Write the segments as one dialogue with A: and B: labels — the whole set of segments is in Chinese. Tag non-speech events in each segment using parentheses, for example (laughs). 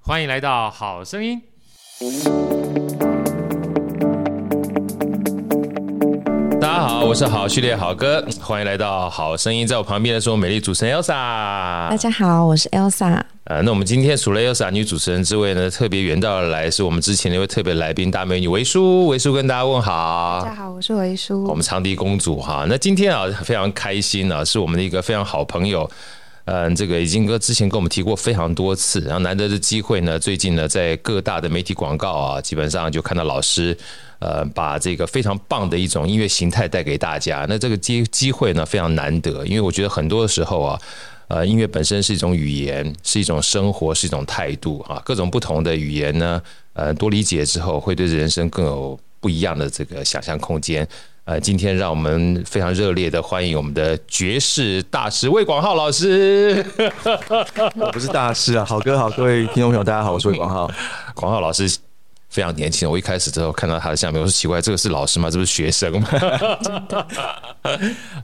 A: 欢迎来到《好声音》。
B: 大家好，我是好序列好哥，欢迎来到《好声音》。在我旁边的是我美丽主持人 Elsa
C: 大。家好，我是 Elsa。
B: 呃，那我们今天除了 Elsa 女主持人之外呢，特别远道而来是我们之前的一位特别来宾大美女维叔，维叔跟大家问好。
C: 好，我是维叔
B: 我们长笛公主哈。那今天啊，非常开心啊，是我们的一个非常好朋友。嗯，这个已经哥之前跟我们提过非常多次，然后难得的机会呢，最近呢，在各大的媒体广告啊，基本上就看到老师，呃，把这个非常棒的一种音乐形态带给大家。那这个机机会呢，非常难得，因为我觉得很多的时候啊，呃，音乐本身是一种语言，是一种生活，是一种态度啊，各种不同的语言呢，呃，多理解之后，会对人生更有不一样的这个想象空间。呃，今天让我们非常热烈的欢迎我们的爵士大师魏广浩老师。 (laughs)
D: 我不是大师啊，好哥好，各位听众朋友，大家好，我是魏广浩。
B: 广浩老师非常年轻，我一开始之后看到他的相片，我说奇怪，这个是老师吗？这不是学生吗？ (laughs)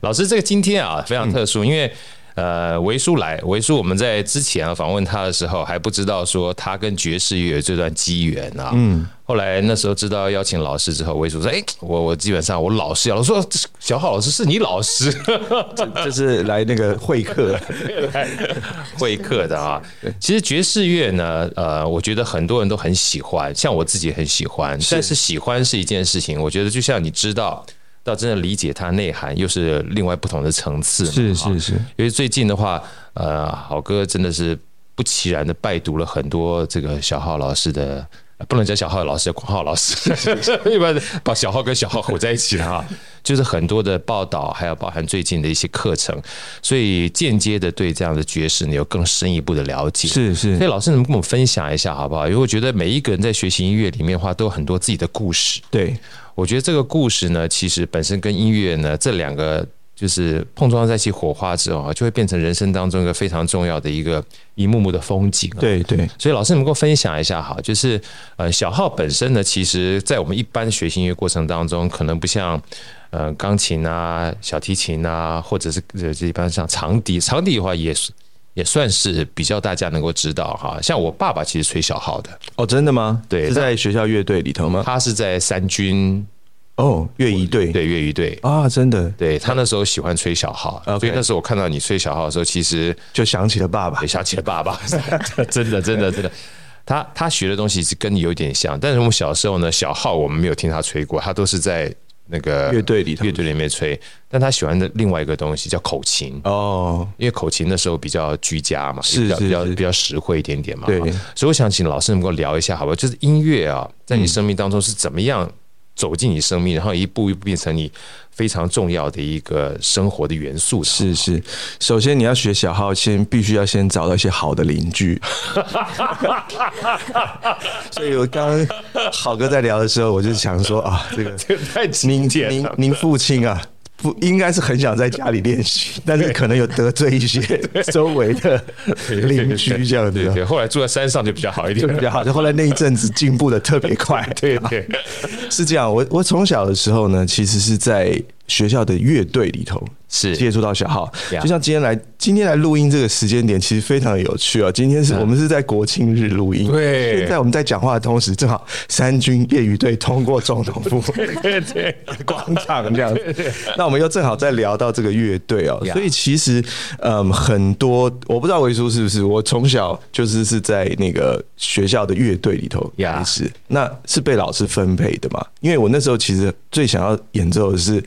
B: 老师，这个今天啊非常特殊，因为呃，维叔来，维叔我们在之前啊访问他的时候还不知道说他跟爵士乐有这段机缘啊。嗯。后来那时候知道邀请老师之后，维叔说：“哎、我我基本上我老师要，我说这是小浩老师是你老师。”
D: 这这是来那个会客，
B: (laughs) 会客的啊。其实爵士乐呢，呃，我觉得很多人都很喜欢，像我自己很喜欢。但是喜欢是一件事情，我觉得就像你知道，到真的理解它内涵，又是另外不同的层次嘛。啊
D: 是，
B: 因为最近的话，呃，好哥真的是不其然的拜读了很多这个小浩老师的，呃不能叫小浩老师， (laughs) 广浩老师，一般把小浩跟小浩混在一起了啊，就是很多的报道，还有包含最近的一些课程，所以间接的对这样的爵士你有更深一步的了解。
D: 是是
B: 所以老师能跟我们分享一下好不好？因为我觉得每一个人在学习音乐里面的话，都有很多自己的故事。
D: 对，
B: 我觉得这个故事呢，其实本身跟音乐呢这两个就是碰撞在一起火花之后啊，就会变成人生当中一个非常重要的一个一幕幕的风景、啊。，
D: 对对
B: 所以老师能够分享一下哈，就是呃小号本身呢，其实在我们一般学习音乐过程当中，可能不像。呃，钢琴啊，小提琴啊，或者是呃，这一般像长笛，长笛的话也是也算是比较大家能够知道哈。像我爸爸其实吹小号的，
D: 哦，真的吗？
B: 对
D: 是在学校乐队里头吗？
B: 他是在三军
D: 哦，乐仪队，
B: 对粤语队，
D: 啊，真的
B: 对他那时候喜欢吹小号，
D: OK
B: 所以那时候我看到你吹小号的时候，其实
D: 就想起了爸爸
B: 也，想起了爸爸， (laughs) 真的真的真的，他他学的东西是跟你有点像，但是我们小时候呢，小号我们没有听他吹过，他都是在那个
D: 乐队里头
B: 乐队里面吹，但他喜欢的另外一个东西叫口琴。
D: 哦，
B: 因为口琴那时候比较居家嘛，
D: 是
B: 也比较比
D: 是
B: 较
D: 是
B: 比较实惠一点点嘛。
D: 对
B: 哈所以我想请老师能够聊一下，好吧？就是音乐啊，在你生命当中是怎么样走进你生命，然后一步一步变成你非常重要的一个生活的元素的。 (laughs)
D: 是是，首先你要学小号，先必须要先找到一些好的邻居。所以我刚刚好哥在聊的时候，我就想说啊，这个
B: (laughs) 这个太经
D: 您
B: 典
D: 您
B: 了
D: 您父亲啊，不应该是很想在家里练习，但是可能有得罪一
B: (laughs)
D: 些周围的邻居这样
B: 对
D: 子啊
B: 对，。后来住在山上就比较好一点
D: 就。比较好，就后来那一阵子进步的特别快，啊
B: 对对，
D: (laughs) 是这样。我我从小的时候呢，其实是在学校的乐队里头接
B: 是
D: 触到小号，
B: Yeah
D: 就像今天来今天来录音这个时间点，其实非常有趣啊。今天是、我们是在国庆日录音，
B: 嗯对
D: 现在我们在讲话的同时，正好三军业余队通过总统府
B: (laughs) 对对，
D: 广场这样子。那我们又正好在聊到这个乐队哦
B: Yeah，
D: 所以其实嗯，很多我不知道维叔是不是，我从小就是是在那个学校的乐队里头
B: Yeah
D: 开始，那是被老师分配的嘛？因为我那时候其实最想要演奏的是。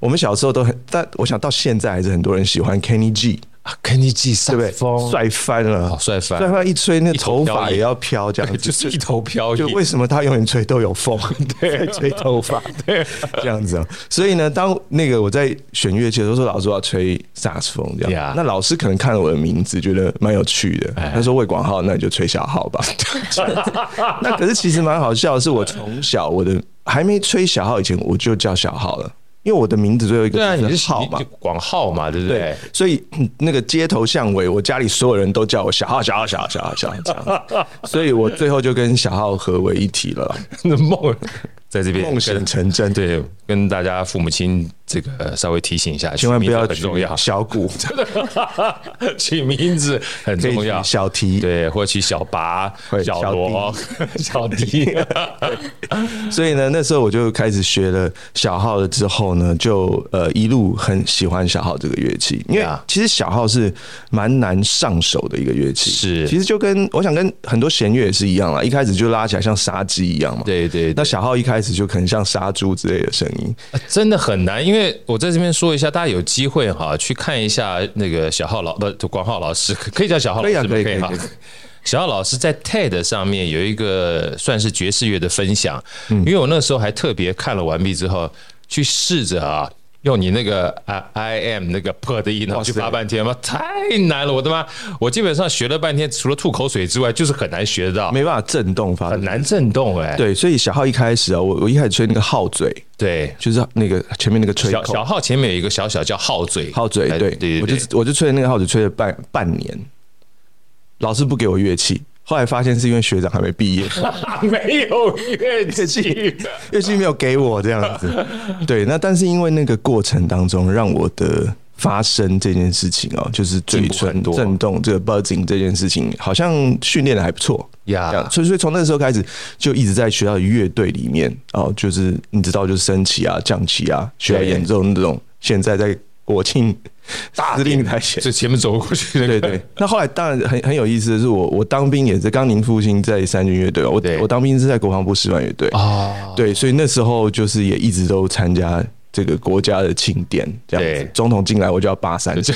D: 我们小时候都很，但我想到现在还是很多人喜欢 Kenny G，
B: 肯尼基
D: 对
B: 上
D: 不对？
B: 风，
D: 帅翻了，
B: 好帅翻
D: 帅翻一吹，那
B: 一头
D: 头
B: 飘
D: 发
B: 逸
D: 也要飘，这样
B: (laughs) 就
D: 子
B: 是一头飘逸
D: 就。为什么他永远吹都
B: (laughs)
D: 有风，对，吹头发，对，这样子啊。所以呢，当那个我在选乐器的时候，说老师我要吹萨克斯风这
B: Yeah 哎
D: 样，那老师可能看了我的名字，觉得蛮有趣的，他说魏广浩，那你就吹小号吧。
B: (laughs)
D: 那可是其实蛮好笑的是，我从小我的还没吹小号以前，我就叫小号了，因为我的名字最后一个
B: 对啊，
D: 字
B: 你是
D: 号
B: 你
D: 嘛
B: 就。广号嘛，对不
D: 对
B: 对？， (laughs)
D: 所以嗯那个街头巷尾，我家里所有人都叫我小号、小号、小号、小号、小号这样子，所以我最后就跟小号合为一体了。
B: 那梦在这边
D: 梦想成真。
B: 对，跟大家父母亲这个稍微提醒一下，
D: 千万不要
B: 取名字很重要
D: 取，
B: (laughs)
D: 小谷，
B: 取名字很
D: 可以
B: 重要
D: 取。小提，
B: 对，或取小拔
D: 会、
B: 小
D: 小
B: 罗、 (laughs) 小迪，
D: 所以呢，那时候我就开始学了小号了，之后呢，就呃一路很喜欢小号这个乐器，因为
B: Yeah
D: 其实小号是蛮难上手的一个乐器，
B: 是
D: 其实就跟我想跟很多弦乐也是一样啦，一开始就拉起来像杀鸡一样嘛。
B: 对对
D: 那小号一开始就可能像杀猪之类的声音，
B: 真的很难，因为我在这边说一下，大家有机会哈去看一下那个小浩老不广浩老师，可可以叫小浩老
D: 可以啊
B: 师吗
D: 可以
B: 可以哈
D: 可以可。
B: 小浩老师在 TED 上面有一个算是爵士乐的分享，
D: 嗯
B: 因为我那时候还特别看了完毕之后，去试着啊用你那个 I I am 那个 E 破的音，然后去发半天嘛，太难了，我的妈！我基本上学了半天，除了吐口水之外，就是很难学得到，
D: 没办法震动发
B: 啊很。难震动哎、
D: 对，所以小号一开始啊，我我一开始吹那个号嘴，
B: 对。
D: 就是那个前面那个吹
B: 小
D: 口
B: 小号前面有一个小小叫号嘴，
D: 号嘴，
B: 哎
D: 对，
B: 对，
D: 我
B: 对
D: 就我就吹那个号嘴吹了半半年，老师不给我乐器，后来发现是因为学长还没
B: (laughs)
D: 毕业，
B: 没有乐 (laughs) 器，
D: 乐器没有给我这样
B: (laughs)
D: 子。对，那但是因为那个过程当中，让我的发声这件事情哦，就是嘴
B: 进步很
D: 唇
B: 多
D: 震动这个 buzzing 这件事情，好像训练的还不错。
B: 呀
D: 这样，所以所以从那个时候开始，就一直在学校的乐队里面哦，就是你知道，就是升旗啊、降旗啊，学校
B: 对
D: 演奏那种。现在在国庆
B: 大
D: 司令台前，
B: 这前面走过去那个，
D: 对对， (laughs) 那后来当然很很有意思的是我，我当兵也是，刚您父亲在三军乐队，我
B: 对
D: 我当兵是在国防部师范乐队， (laughs)
B: 啊，
D: 对，所以那时候就是也一直都参加这个国家的庆典，这样
B: 对
D: 子，总统进来我 (laughs) 就要八三声，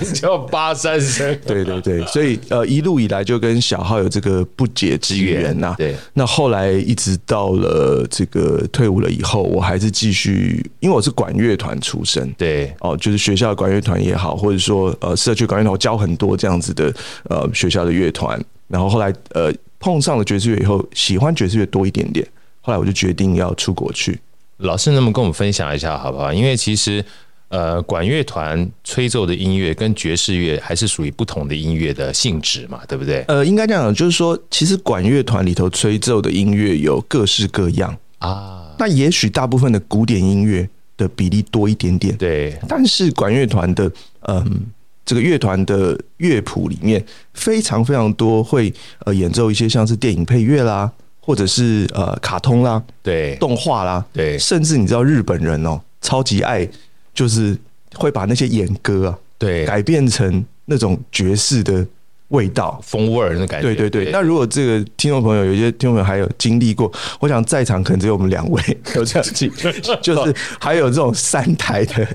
B: 你叫八三声，
D: 对对对，所以呃一路以来就跟小浩有这个不解之缘呐、
B: 对，
D: 那后来一直到了这个退伍了以后，我还是继续，因为我是管乐团出身，
B: 对
D: 哦，就是学校的管乐团也好，或者说呃社区管乐团，我教很多这样子的呃学校的乐团，然后后来呃碰上了爵士乐以后，喜欢爵士乐多一点点，后来我就决定要出国去。
B: 老师，那么跟我们分享一下好不好？因为其实。呃，管乐团吹奏的音乐跟爵士乐还是属于不同的音乐的性质嘛，对不对？
D: 呃，应该这样讲，就是说，其实管乐团里头吹奏的音乐有各式各样，
B: 啊，
D: 那也许大部分的古典音乐的比例多一点点，
B: 对，
D: 但是管乐团的嗯。这个乐团的乐谱里面非常非常多会呃演奏一些像是电影配乐啦，或者是呃卡通啦、
B: 对，
D: 动画啦，
B: 对
D: 甚至你知道日本人哦，超级爱就是会把那些演歌啊
B: 对，
D: 改变成那种爵士的味道。
B: 风味儿那感觉，
D: 对对哎对，那如果这个听众朋友有一些听众朋友还有经历过，我想在场可能只有我们两位 (laughs) 有这样经历， (laughs) 就是还有这种三台的，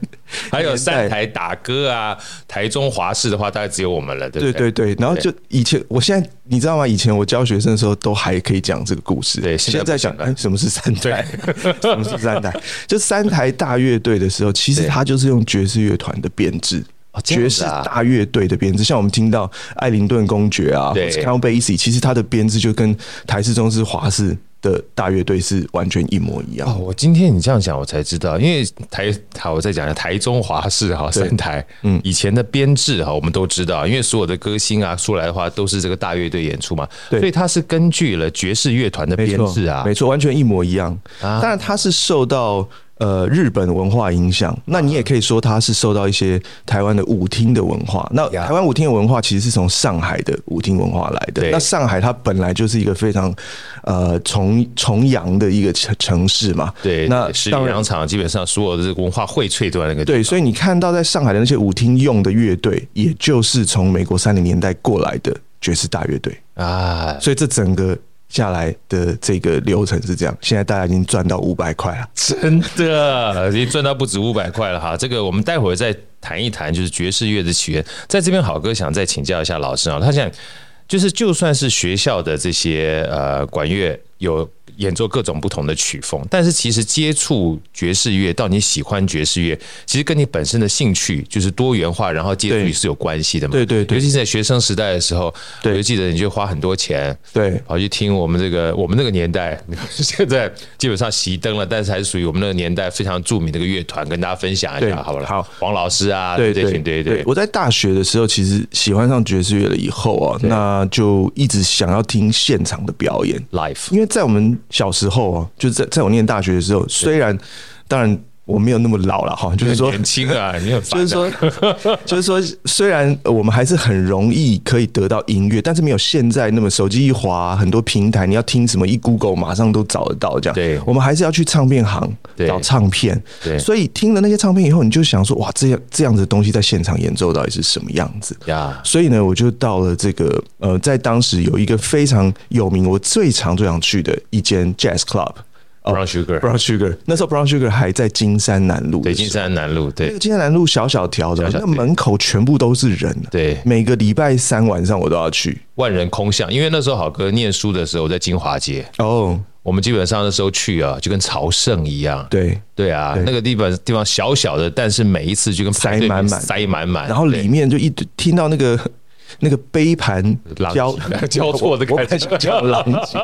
B: 还有三
D: 年代
B: 台打歌啊，台中华视的话，大概只有我们了，对
D: 对
B: 不对？
D: 对对，然后就以前，我现在你知道吗？以前我教学生的时候都还可以讲这个故事，
B: 对现在不行
D: 现在讲
B: 了
D: 哎，什么是三台？ (laughs) 什么是三台？就三台大乐队的时候，其实
B: 对
D: 它就是用爵士乐团的编制。
B: 哦这样
D: 爵士
B: 子啊
D: 大乐队的编制，像我们听到艾灵顿公爵啊，或
B: 对
D: 是 Count Basie，其实它的编制就跟台式、中式、华式的大乐队是完全一模一样。
B: 哦，我今天你这样讲，我才知道，因为台好，我再讲一下台中华视哈三台，嗯，以前的编制哈，我们都知道，因为所有的歌星啊出来的话，都是这个大乐队演出嘛，
D: 对
B: 所以它是根据了爵士乐团的
D: 没
B: 编
D: 错
B: 制啊
D: 没，错，完全一模一样。
B: 啊
D: 当然，它是受到呃日本文化影响，那你也可以说它是受到一些台湾的舞厅的文化。那
B: 呀
D: 台湾舞厅的文化其实是从上海的舞厅文化来的
B: 对。
D: 那上海它本来就是一个非常呃崇崇洋的一个城城市嘛。
B: 对，
D: 那
B: 十里
D: 当然
B: 洋场基本上所有的这个文化荟萃都在那个地
D: 对，
B: 方
D: 所以你看到在上海的那些舞厅用的乐队，也就是从美国三零年代过来的爵士大乐队。
B: 啊，
D: 所以这整个下来的这个流程是这样。现在大家已经赚到五百块了。
B: 真 (laughs) 的，啊已经赚到不止五百块了哈。这个我们待会儿再谈一谈，就是爵士乐的起源。在这边，好哥想再请教一下老师啊，他想就是就算是学校的这些呃管乐有演奏各种不同的曲风，但是其实接触爵士乐到你喜欢爵士乐，其实跟你本身的兴趣就是多元化，然后接触
D: 对
B: 是有关系的嘛。
D: 对对对
B: 尤其是在学生时代的时候，我
D: 对
B: 就记得你就花很多钱，
D: 对
B: 跑去听我们这个我们那个年代， (laughs) 现在基本上熄灯了，但是还是属于我们那个年代非常著名的一个乐团，跟大家分享一
D: 对
B: 下，好不好
D: 好？
B: 黄老师啊，
D: 对
B: 这
D: 对
B: 群对对，
D: 我在大学的时候，其实喜欢上爵士乐了以后啊，那就一直想要听现场的表演，
B: ，Life
D: 因为在我们小时候啊，就在在我念大学的时候，虽然当然我没有那么老了哈，就是说
B: 年轻
D: (laughs)
B: 啊，你很烦、
D: 就
B: 啊，
D: 是说，就是说， (laughs) 虽然我们还是很容易可以得到音乐，但是没有现在那么手机一滑，很多平台你要听什么一 Google 马上都找得到这样。
B: 对
D: 我们还是要去唱片行
B: 对
D: 找唱片。
B: 对
D: 所以听了那些唱片以后，你就想说，哇，这样这样子的东西在现场演奏到底是什么样子？
B: 呀，
D: 所以呢，我就到了这个呃，在当时有一个非常有名，我最常最想去的一间 jazz club。
B: Brown Sugar
D: 哦 Brown Sugar，那时候 Brown Sugar 还在金山南路的
B: 对，
D: 时候，
B: 金山南路，
D: 那
B: 对
D: 个金山南路小小条的，
B: 小小
D: 那
B: 对
D: 门口全部都是人。啊
B: 对，
D: 每个礼拜三晚上我都要去。
B: 万人空巷。因为那时候好哥念书的时候我在金华街，
D: 哦，
B: 我们基本上那时候去啊，就跟朝圣一样。
D: 对，
B: 对啊，那个地方地方小小的，但是每一次就跟排队
D: 塞满满
B: 塞满满，
D: 然后里面就一堆听到那个那个杯盘
B: 狼
D: 交
B: 藉 (laughs) 交错的
D: 我
B: 感
D: 本来
B: 觉
D: 想讲狼藉，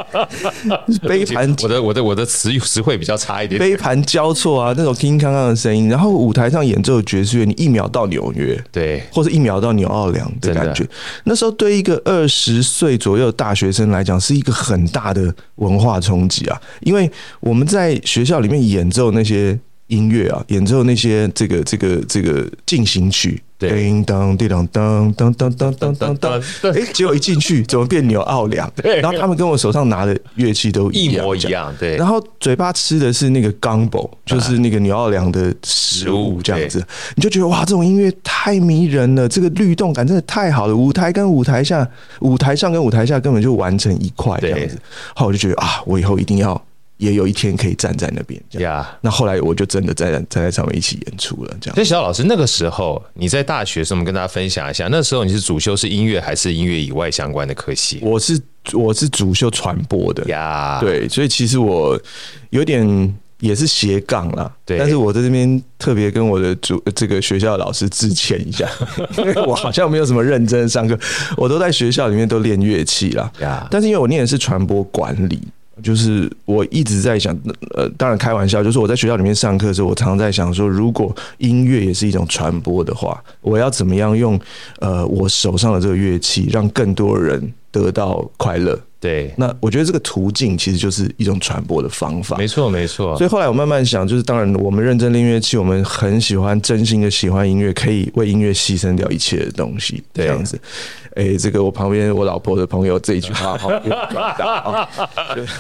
B: (laughs)
D: 杯盘
B: 我的我的我的词语词汇比较差一点。
D: 杯盘交错啊，那种叮叮当当的声音。然后舞台上演奏爵士乐，你一秒到纽约，
B: 对
D: 或是一秒到纽奥良的感
B: 真
D: 觉。那时候对一个二十岁左右的大学生来讲，是一个很大的文化冲击啊！因为我们在学校里面演奏那些音乐啊，演奏那些这个这个这个进行曲。
B: 对
D: 叮当叮当当当当当当当当，哎，结果一进去怎么变纽奥良？然后他们跟我手上拿的乐器都
B: 一
D: 样
B: 模一样，对啊
D: 然后嘴巴吃的是那个 gumbo，就是那个纽奥良的食物这样子，你就觉得哇，这种音乐太迷人了，这个律动感真的太好了，舞台跟舞台下，舞台上跟舞台下根本就完成一块这样子
B: 对。
D: 后来我就觉得啊，我以后一定要也有一天可以站在那边这样。
B: 呀。
D: 那后来我就真的站在站在上面一起演出了，这样
B: 所以小老师，那个时候你在大学的时候，我们跟大家分享一下，那时候你是主修是音乐还是音乐以外相关的科系
D: 我是我是主修传播的，
B: 呀？
D: 对，所以其实我有点也是斜杠啦，
B: 对
D: 但是我在这边特别跟我的主这个学校的老师致歉一下，因为我好像没有什么认真上课，我都在学校里面都练乐器啦。
B: 呀，
D: 但是因为我念的是传播管理，就是我一直在想，呃，当然开玩笑，就是我在学校里面上课的时候，我常常在想说，如果音乐也是一种传播的话，我要怎么样用呃我手上的这个乐器，让更多人得到快乐？
B: 对，
D: 那我觉得这个途径其实就是一种传播的方法。
B: 没错没错
D: 所。以后来我慢慢想，就是当然我们认真练乐器，我们很喜欢，真心的喜欢音乐，可以为音乐牺牲掉一切的东西，
B: 对
D: 这样子。哎、这个我旁边我老婆的朋友这一句话好有点表达啊，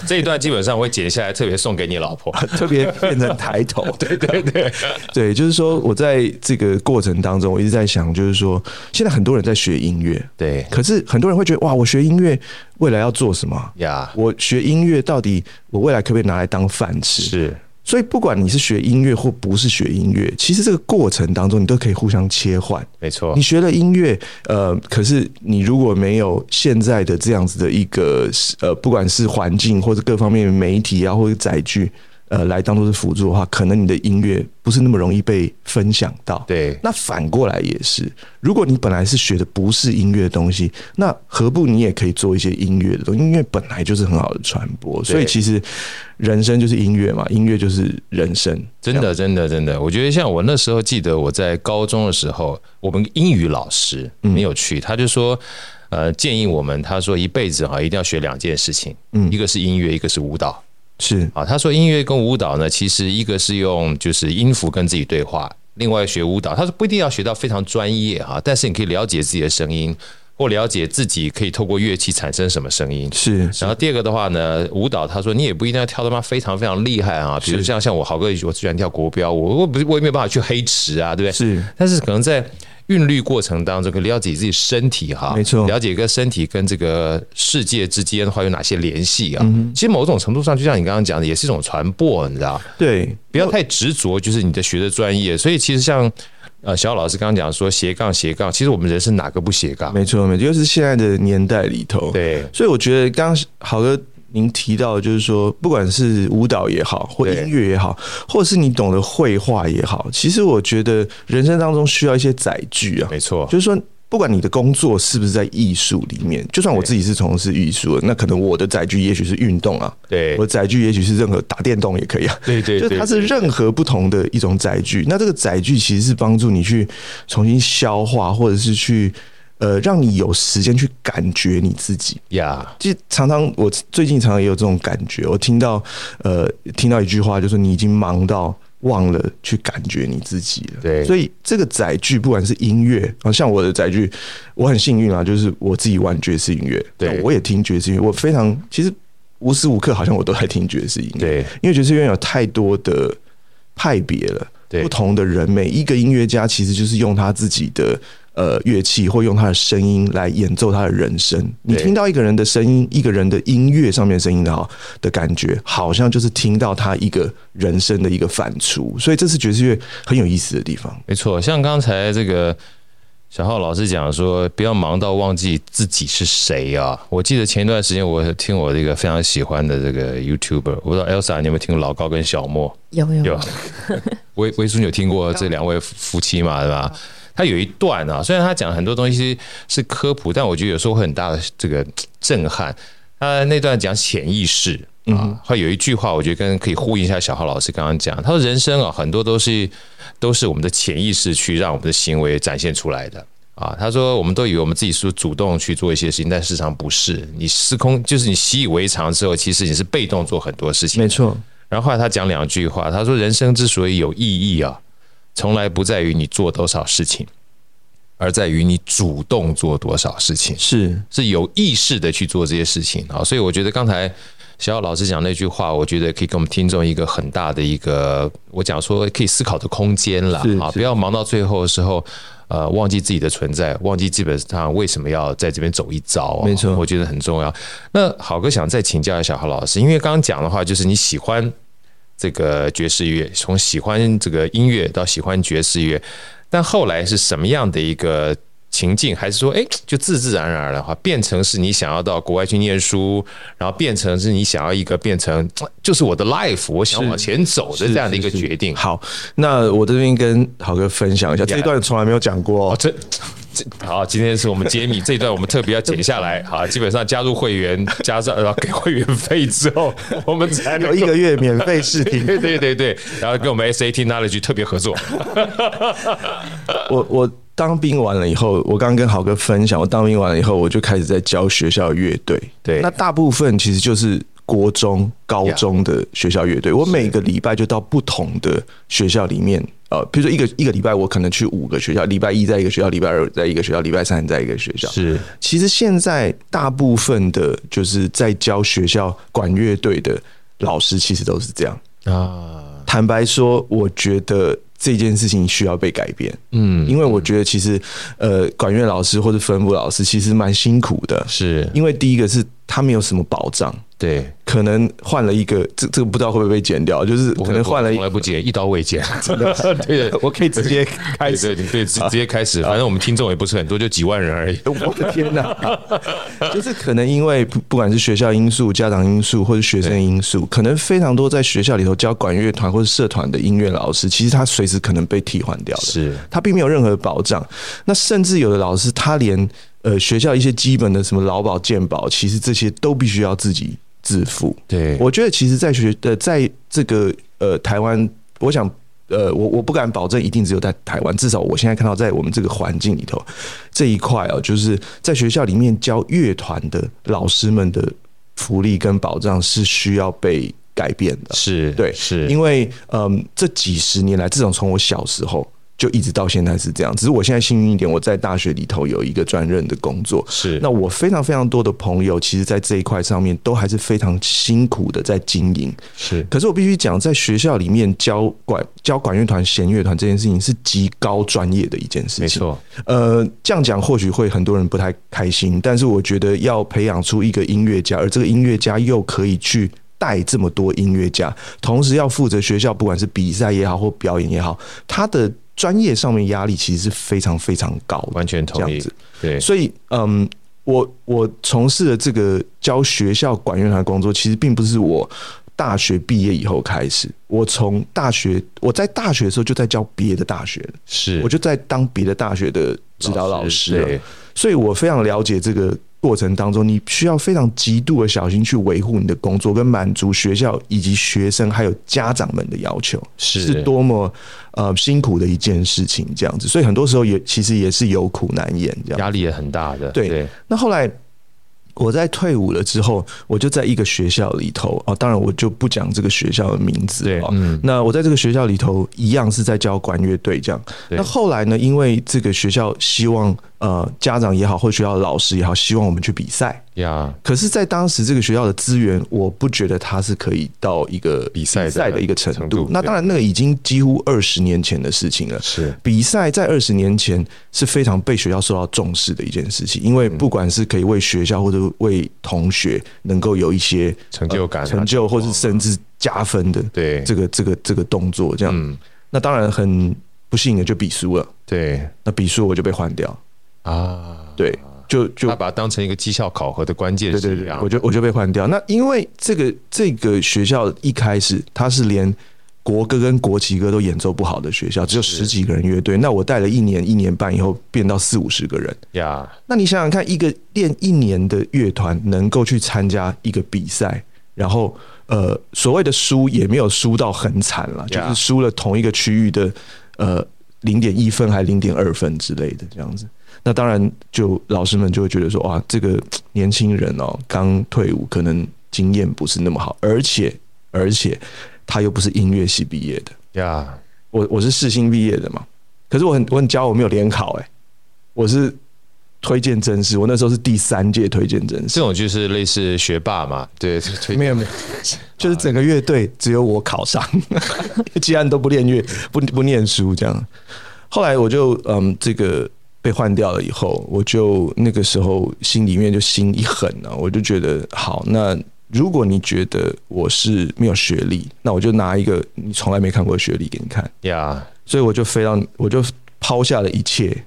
B: 这一段基本上我会剪下来，特别送给你老
D: (laughs)
B: 婆。
D: 特别变成抬头。对
B: 对对，
D: 对，就是说我在这个过程当中，我一直在想，就是说现在很多人在学音乐，
B: 对
D: 可是很多人会觉得哇，我学音乐未来要做什么？
B: 呀，
D: 我学音乐到底我未来可不可以拿来当饭吃？
B: 是
D: 所以不管你是学音乐或不是学音乐，其实这个过程当中你都可以互相切换。
B: 没错
D: 你。学了音乐，呃，可是你如果没有现在的这样子的一个呃，不管是环境或者各方面的媒体啊，或者载具，呃，来当做是辅助的话，可能你的音乐不是那么容易被分享到。
B: 对
D: 那反过来也是，如果你本来是学的不是音乐的东西，那何不你也可以做一些音乐的东西？音乐本来就是很好的传播，所以其实人生就是音乐嘛，音乐就是人生。
B: 真的，真的，真的，我觉得像我那时候记得我在高中的时候，我们英语老师
D: 嗯
B: 很有趣，他就说，呃，建议我们，他说一辈子啊哈一定要学两件事情，
D: 嗯
B: 一个是音乐，一个是舞蹈
D: 是
B: 啊。他说音乐跟舞蹈呢，其实一个是用就是音符跟自己对话，另外学舞蹈，他说不一定要学到非常专业哈，但是你可以了解自己的声音，或了解自己可以透过乐器产生什么声音。 (laughs)
D: 是是
B: 然后第二个的话呢，舞蹈他说你也不一定要跳他妈非常非常厉害啊，比如像像我豪哥，我喜欢跳国标，我我不我也没有办法去黑池啊，对不对？
D: 是，
B: 但是可能在韵律过程当中，可以了解自己身体哈，
D: 没错
B: 了解跟身体跟这个世界之间的话有哪些联系
D: 嗯
B: 啊？其实某种程度上，就像你刚刚讲的，也是一种传播，你知道。
D: 对
B: 不要太执着，就是你的学的专业。所以其实像呃小老师刚刚讲说斜杠斜杠，其实我们人生哪个不斜杠？
D: 没错，没错，就是现在的年代里头，，
B: 对
D: 所以我觉得刚刚好哥您提到，就是说，不管是舞蹈也好，或
B: 对
D: 音乐也好，或者是你懂得绘画也好，其实我觉得人生当中需要一些载具啊，
B: 没错，
D: 就是说。不管你的工作是不是在艺术里面，就算我自己是从事艺术的，那可能我的载具也许是运动啊，
B: 对
D: 我的载具也许是任何打电动也可以啊，
B: 对对
D: 就是
B: 对
D: 它是任何不同的一种载具。那这个载具其实是帮助你去重新消化，或者是去呃，让你有时间去感觉你自己。
B: 呀，
D: 就常常我最近常常也有这种感觉，我听到呃听到一句话，就是你已经忙到忘了去感觉你自己了。
B: 对
D: 所以这个载具不管是音乐，啊，像我的载具，我很幸运啊，就是我自己玩爵士音乐，
B: 对
D: 但我也听爵士音乐，我非常其实无时无刻好像我都在听爵士音乐，
B: 对
D: 因为爵士乐有太多的派别了。
B: 对
D: 不同的人，每一个音乐家其实就是用他自己的呃乐器或用他的声音来演奏他的人生。你
B: 对
D: 听到一个人的声音，一个人的音乐上面的声音的好的感觉，好像就是听到他一个人生的一个反刍。所以这是爵士乐很有意思的地方。
B: 没错。像刚才这个小浩老师讲说，不要忙到忘记自己是谁啊。我记得前一段时间我听我这个非常喜欢的这个 YouTuber，我不知道 Elsa 你有没有听过老高跟小莫？
C: 有
B: (laughs)
C: 有
B: 有，维维叔，你有听过这两位夫夫妻嘛？对吧？他有一段啊，虽然他讲很多东西是科普，但我觉得有时候会很大的这个震撼。他那段讲潜意识啊，他有一句话，我觉得跟可以呼应一下小浩老师刚刚讲，他说人生啊，很多都是都是我们的潜意识去让我们的行为展现出来的。啊，他说我们都以为我们自己是主动去做一些事情，但事实上不是。你失控，就是你习以为常之后，其实你是被动做很多事情。
D: 错，
B: 然后后来他讲两句话，他说：“人生之所以有意义啊，从来不在于你做多少事情，而在于你主动做多少事情，
D: 是
B: 是有意识的去做这些事情啊。”所以我觉得刚才小小老师讲那句话，我觉得可以给我们听众一个很大的一个，我讲说可以思考的空间啦
D: 是
B: 啊，
D: 是
B: 不要忙到最后的时候。呃，忘记自己的存在，忘记基本上为什么要在这边走一遭、啊，
D: 没错
B: 我觉得很重要。那好哥想再请教一下郝老师，因为刚刚讲的话就是你喜欢这个爵士乐，从喜欢这个音乐到喜欢爵士乐，但后来是什么样的一个情境？还是说，哎，就自自然然的话，变成是你想要到国外去念书，然后变成是你想要一个变成就是我的 life，我想往前走的这样的一个决定？
D: 好，那我这边跟豪哥分享一下，这一段从来没有讲过、
B: 哦， (laughs)
D: 哦。
B: 这这好，今天是我们揭秘这一段，我们特别要剪下来。好，基本上加入会员，加上然后给会员费之后，我们才能够
D: 有一个月免费试听，
B: 对对对对，然后跟我
D: (laughs)
B: 们 SAT Knowledge 特别合作。
D: 我我当兵完了以后，我刚刚跟豪哥分享，我当兵完了以后，我就开始在教学校乐队。
B: 对
D: 那大部分其实就是国中、高中的学校乐队。我每个礼拜就到不同的学校里面，呃，比如说一个一个礼拜，我可能去五个学校，礼拜一在一个学校，礼拜二在一个学校，礼拜三在一个学校。
B: 是
D: 其实现在大部分的就是在教学校管乐队的老师，其实都是这样。
B: 啊，
D: 坦白说，我觉得这件事情需要被改变。嗯，因为我觉得其实呃，管乐老师或者分部老师其实蛮辛苦的，
B: 是，
D: 因为第一个是他没有什么保障，
B: 对，
D: 可能换了一个，这这个不知道会不会被剪掉，就是
B: 我
D: 可能换了一
B: 从来不剪，一刀未剪，真的， (laughs) 对对。
D: (laughs) 我可以直接开
B: 对
D: 始。啊
B: 对对，对直直接开始，反正我们听众也不是很多，就几万人而已。
D: (laughs) 我的天哪！就是可能因为不不管是学校因素、家长因素或者学生因素，可能非常多在学校里头教管乐团或者社团的音乐老师，其实他随时可能被替换掉的。
B: 是
D: 他并没有任何保障。那甚至有的老师，他连呃学校一些基本的什么劳保、健保，其实这些都必须要自己自付。
B: 对，
D: 我觉得其实，在学呃，在这个呃台湾，我想呃，我我不敢保证一定只有在台湾，至少我现在看到在我们这个环境里头这一块哦，就是在学校里面教乐团的老师们的福利跟保障是需要被改变的。
B: 是，
D: 对
B: 是，
D: 因为嗯，这几十年来，自从从我小时候就一直到现在是这样。只是我现在幸运一点，我在大学里头有一个专任的工作。
B: 是
D: 那我非常非常多的朋友，其实在这一块上面都还是非常辛苦的在经营。
B: 是
D: 可是我必须讲，在学校里面教管教管乐团、弦乐团这件事情是极高专业的一件事情。
B: 没错，
D: 呃，这样讲或许会很多人不太开心，但是我觉得要培养出一个音乐家，而这个音乐家又可以去带这么多音乐家，同时要负责学校不管是比赛也好或表演也好，他的专业上面压力其实是非常非常高的。
B: 完全
D: 这
B: 同
D: 样
B: 意
D: 子。
B: 对，
D: 所以，嗯，我我从事的这个教学校管乐团的工作，其实并不是我大学毕业以后开始，我从大学我在大学的时候就在教别的大学了
B: 是，
D: 我就在当别的大学的指导老师了
B: 对，
D: 所以我非常了解这个过程当中，你需要非常极度的小心去维护你的工作，跟满足学校以及学生还有家长们的要求，
B: 是
D: 是多么呃辛苦的一件事情，这样子。所以很多时候也其实也是有苦难言这样。
B: 压力也很大的。
D: 对那后来我在退伍了之后，我就在一个学校里头哦，当然我就不讲这个学校的名字
B: 对
D: 哦，。
B: 嗯，
D: 那我在这个学校里头一样是在教管乐队这样。
B: 对
D: 那后来呢，因为这个学校希望呃家长也好，或学校的老师也好，希望我们去比赛。
B: 呀，
D: 可是，在当时这个学校的资源，我不觉得它是可以到一个
B: 比赛的
D: 的一个程
B: 程
D: 度
B: 度。
D: 那
B: 对
D: 当然，那个已经几乎二十年前的事情了。
B: 是
D: 比赛在二十年前是非常被学校受到重视的一件事情，因为
B: 嗯
D: 不管是可以为学校或者为同学能够有一些呃
B: 成就感啊、
D: 成就，或是甚至加分的
B: 对
D: 这个这个这个动作，这样。
B: 嗯，
D: 那当然很不幸的就比输了，
B: 对
D: 那比输我就被换掉，
B: 啊，
D: 对，就就
B: 他把它当成一个绩效考核的关键
D: 对
B: 是
D: 对
B: 一
D: 对，
B: 样
D: 我就我就被换掉。那因为这个这个学校一开始它是连国歌跟国旗歌都演奏不好的学校，只有十几个人乐队。那我带了一年一年半以后，变到四五十个人。
B: 呀，
D: 那你想想看，一个练一年的乐团能够去参加一个比赛，然后呃，所谓的输也没有输到很惨了
B: Yeah
D: 就是输了同一个区域的呃零点一分还零点二分之类的这样子。那当然，就老师们就会觉得说，哇，这个年轻人哦，刚退伍，可能经验不是那么好，而且而且他又不是音乐系毕业的，
B: 呀，
D: 我我是世新毕业的嘛，可是我很我很骄傲，我没有联考哎、我是推荐真试，我那时候是第三届推荐真试，
B: 这种就是类似学霸嘛，对，推
D: 没有没有，就是整个乐队只有我考上， (laughs) 既然都不练乐不不念书这样，后来我就嗯这个被换掉了以后，我就那个时候心里面就心一狠啊，我就觉得好那。如果你觉得我是没有学历，那我就拿一个你从来没看过的学历给你看。
B: 呀，
D: 所以我就飞到，我就抛下了一切，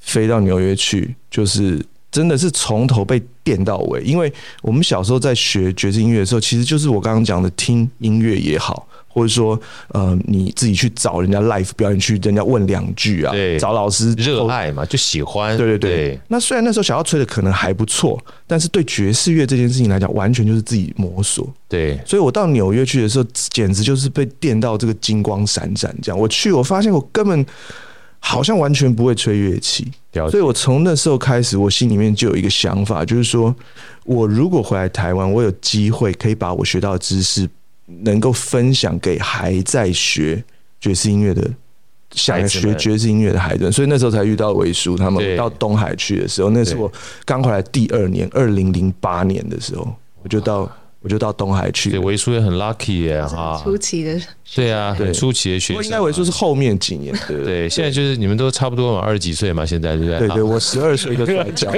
D: 飞到纽约去，就是真的是从头被电到尾。因为我们小时候在学爵士音乐的时候，其实就是我刚刚讲的听音乐也好，或者说呃你自己去找人家 l i f e 表演，去人家问两句啊
B: 对，
D: 找老师
B: 热爱嘛，就喜欢，
D: 对对对。那虽然那时候小要吹的可能还不错，但是对爵士乐这件事情来讲，完全就是自己摸索。
B: 对，
D: 所以我到纽约去的时候，简直就是被电到这个金光闪闪这样。我去，我发现我根本好像完全不会吹乐器，
B: 了
D: 所
B: 解
D: 以我从那时候开始，我心里面就有一个想法，就是说我如果回来台湾，我有机会可以把我学到的知识，能够分享给还在学爵士音乐的。想
B: 孩子
D: 学
B: 们
D: 爵士音乐的孩子们，所以那时候才遇到维叔他
B: 对
D: 们到东海去的时候，那是
B: 对
D: 我刚回来第二年，二零零八年的时候，我就到我就到东海去
B: 对，
D: 了。
B: 维叔也很 lucky 耶哈，
C: 出奇的
B: 对啊，很
D: 对
B: 出奇的学
D: 不
B: 生啊，
D: 过应该为数是后面几年，对对
B: 对，现在就是你们都差不多嘛，二十几岁嘛，现在对不对？啊
D: 对对，我十二岁就摔
B: (laughs)
D: 跤，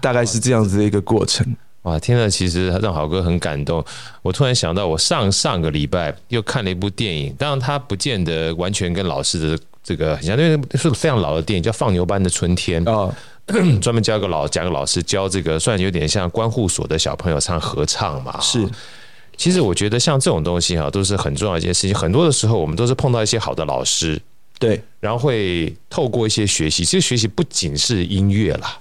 D: 大概是这样子的一个过程。
B: 哇，听了其实让好哥很感动。我突然想到，我上上个礼拜又看了一部电影，当然它不见得完全跟老师的这个很像，因为是非常老的电影，叫《放牛班的春天》，
D: 哦，
B: 专门教一个老讲个老师教这个，算有点像关护所的小朋友唱合唱嘛。
D: 是
B: 其实我觉得像这种东西哈、都是很重要的一件事情。很多的时候，我们都是碰到一些好的老师，
D: 对，
B: 然后会透过一些学习，其实学习不仅是音乐啦，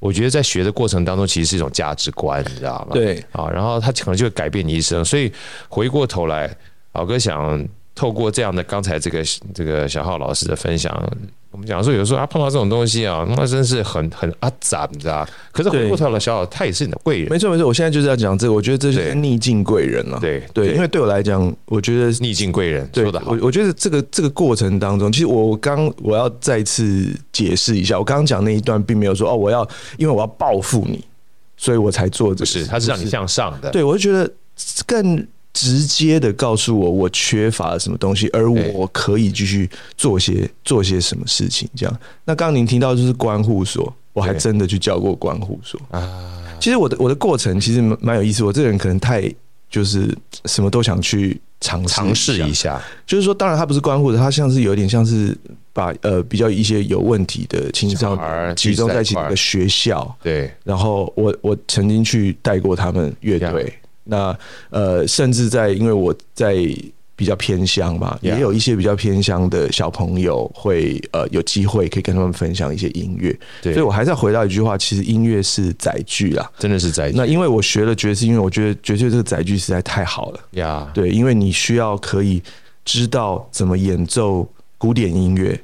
B: 我觉得在学的过程当中，其实是一种价值观，你知道吗？
D: 对
B: 啊，然后它可能就会改变你一生。所以回过头来，老哥想透过这样的刚才这个这个小浩老师的分享，我们讲说有时候啊碰到这种东西啊，那真是很很阿杂，你知道吗？可是回过头来，小浩他也是你的贵人，
D: 没错没错，我现在就是要讲这个，我觉得这就是
B: 对
D: 逆境贵人了。
B: 对
D: 对，因为对我来讲，我觉得
B: 逆境贵人
D: 对
B: 说得好
D: 我，我觉得这个这个过程当中，其实我我刚我要再次解释一下，我刚刚讲那一段并没有说哦，我要因为我要报复你，所以我才做这
B: 不
D: 个
B: 是
D: 事
B: 他是让
D: 不
B: 你向上的，
D: 对，我就觉得更直接的告诉我我缺乏了什么东西，而
B: 对
D: 我可以继续做些做些什么事情。这样，那刚刚您提到就是关护所，我还
B: 对
D: 真的去教过关护所。
B: 啊，
D: 其实我的我的过程其实蛮蛮有意思，我这个人可能太就是什么都想去尝试
B: 尝试
D: 下
B: 一下，
D: 就是说，当然他不是关护的，他像是有点像是把呃比较一些有问题的青
B: 小
D: 少
B: 孩儿
D: 年集中在一起
B: 聚在一块儿
D: 的一个学校，
B: 对
D: 然后我我曾经去带过他们乐队
B: Yeah.
D: 那呃，甚至在因为我在。比较偏乡嘛，
B: Yeah
D: 也有一些比较偏乡的小朋友会呃有机会可以跟他们分享一些音乐。
B: 对
D: 所以我还在回到一句话，其实音乐是载具啦。
B: 真的是宅
D: 那因为我学了爵士音乐，我觉得爵士乐这个载具实在太好了。
B: 呀，
D: 对，因为你需要可以知道怎么演奏古典音乐，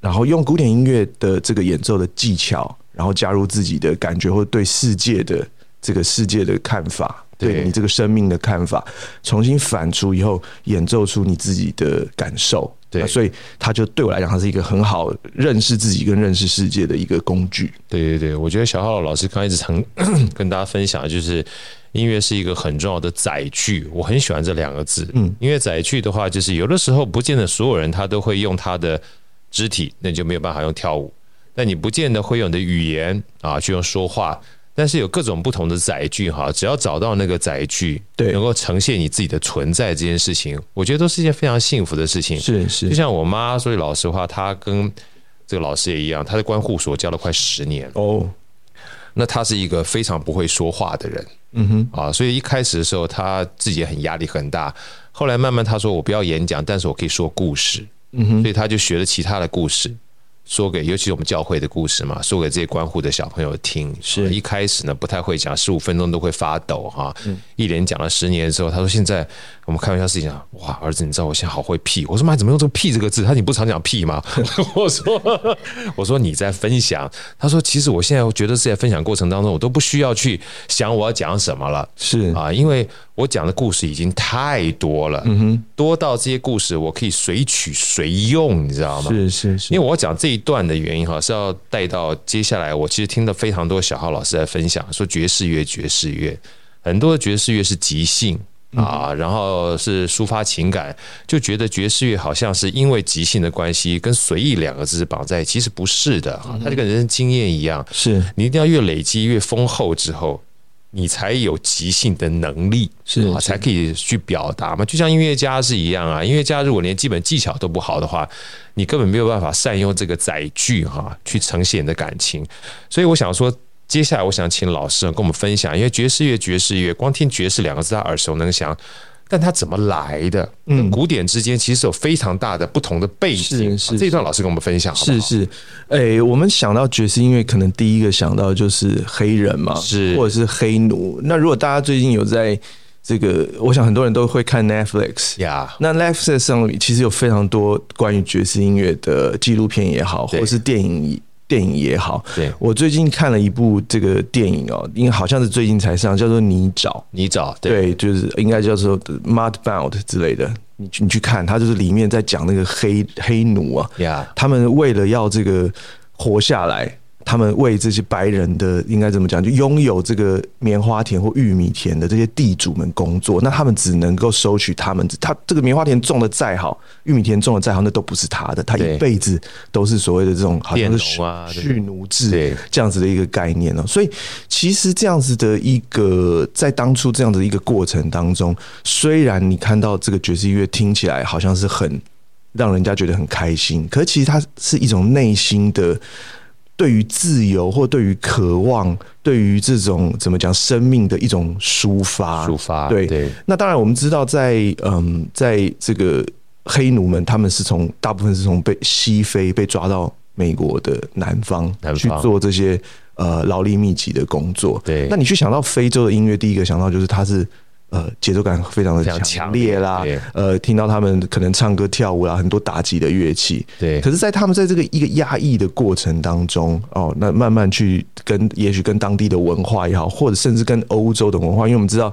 D: 然后用古典音乐的这个演奏的技巧，然后加入自己的感觉或对世界的这个世界的看法，对
B: 对
D: 你这个生命的看法，重新反刍以后，演奏出你自己的感受。
B: 对
D: 那所以它就对我来讲，它是一个很好认识自己跟认识世界的一个工具。
B: 对对对，我觉得小浩老师刚才一直很 (coughs) 跟大家分享，就是音乐是一个很重要的载具，我很喜欢这两个字。嗯，因为载具的话，就是有的时候不见得所有人他都会用他的肢体，那你就没有办法用跳舞；但你不见得会用你的语言啊，去用说话。但是有各种不同的载具哈，只要找到那个载具，
D: 对
B: 能够呈现你自己的存在这件事情，我觉得都是一件非常幸福的事情。
D: 是，
B: 就是像我妈，所以老实话，她跟这个老师也一样，她在关护所教了快十年。
D: 哦，
B: 那他是一个非常不会说话的人，
D: 嗯哼，
B: 啊，所以一开始的时候他自己也很压力很大。后来慢慢他说我不要演讲，但是我可以说故事，
D: 嗯哼，
B: 所以他就学了其他的故事，说给尤其是我们教会的故事嘛，说给这些关护的小朋友听。
D: 是
B: 啊一开始呢不太会讲，十五分钟都会发抖哈、
D: 嗯
B: 一连讲了十年之后，他说现在我们开玩笑事情啊，哇，儿子你知道我现在好会屁。我说妈，怎么用这个屁这个字？他说你不常讲屁吗？ (laughs) 我说我说你在分享。他说其实我现在觉得是在分享过程当中，我都不需要去想我要讲什么了。
D: 是，
B: 啊，因为我讲的故事已经太多了，
D: 嗯
B: 多到这些故事我可以随取随用，你知道吗？
D: 是是是，
B: 因为我讲这一段的原因哈，是要带到接下来，我其实听了非常多小浩老师在分享，说爵士乐，爵士乐，很多的爵士乐是即兴
D: 嗯
B: 啊，然后是抒发情感，就觉得爵士乐好像是因为即兴的关系跟随意两个字是绑在一起，其实不是的哈，它就跟人生经验一样，
D: 是
B: 你一定要越累积越丰厚之后，你才有即兴的能力，
D: 是
B: 啊，
D: 是
B: 才可以去表达嘛。就像音乐家是一样啊，音乐家如果连基本技巧都不好的话，你根本没有办法善用这个载具哈、去呈现你的感情。所以我想说。接下来，我想请老师跟我们分享，因为爵士乐，爵士乐，光听爵士两个字，他耳熟能详，但它怎么来的？嗯，古典之间其实有非常大的不同的背景。
D: 是是
B: 啊这一段老师跟我们分享好不好，
D: 是是，诶、我们想到爵士音乐，可能第一个想到就是黑人嘛，
B: 是
D: 或者是黑奴。那如果大家最近有在这个，我想很多人都会看 Netflix。
B: 呀，
D: 那 Netflix 上其实有非常多关于爵士音乐的纪录片也好，
B: 对
D: 或是电影电影也好。
B: 对
D: 我最近看了一部这个电影哦，因为好像是最近才上，叫做《泥沼》。
B: 你找对
D: 对，就是应该叫做 Mudbound 之类的。你去你去看，它就是里面在讲那个黑黑奴啊，
B: 呀
D: 他们为了要这个活下来，他们为这些白人的应该怎么讲，就拥有这个棉花田或玉米田的这些地主们工作，那他们只能够收取他们，他这个棉花田种的再好，玉米田种的再好，那都不是他的，他
B: 对
D: 一辈子都是所谓的这种好像是
B: 佃农啊对
D: 蓄奴
B: 对
D: 制这样子的一个概念哦、所以其实这样子的一个在当初这样的一个过程当中，虽然你看到这个爵士乐听起来好像是很让人家觉得很开心，可是其实它是一种内心的对于自由或对于渴望、对于这种怎么讲生命的一种抒发。
B: 抒发，
D: 对
B: 对
D: 那当然，我们知道在嗯，在这个黑奴们，他们是从大部分是从被西非被抓到美国的南方
B: 南方
D: 去做这些呃劳力密集的工作。
B: 对
D: 那你去想到非洲的音乐，第一个想到就是它是呃节奏感非常的
B: 非常
D: 强
B: 强
D: 烈啦
B: 烈，
D: 呃，听到他们可能唱歌跳舞啦，啊很多打击的乐器。
B: 对
D: 可是，在他们在这个一个压抑的过程当中，哦，那慢慢去跟，也许跟当地的文化也好，或者甚至跟欧洲的文化，因为我们知道。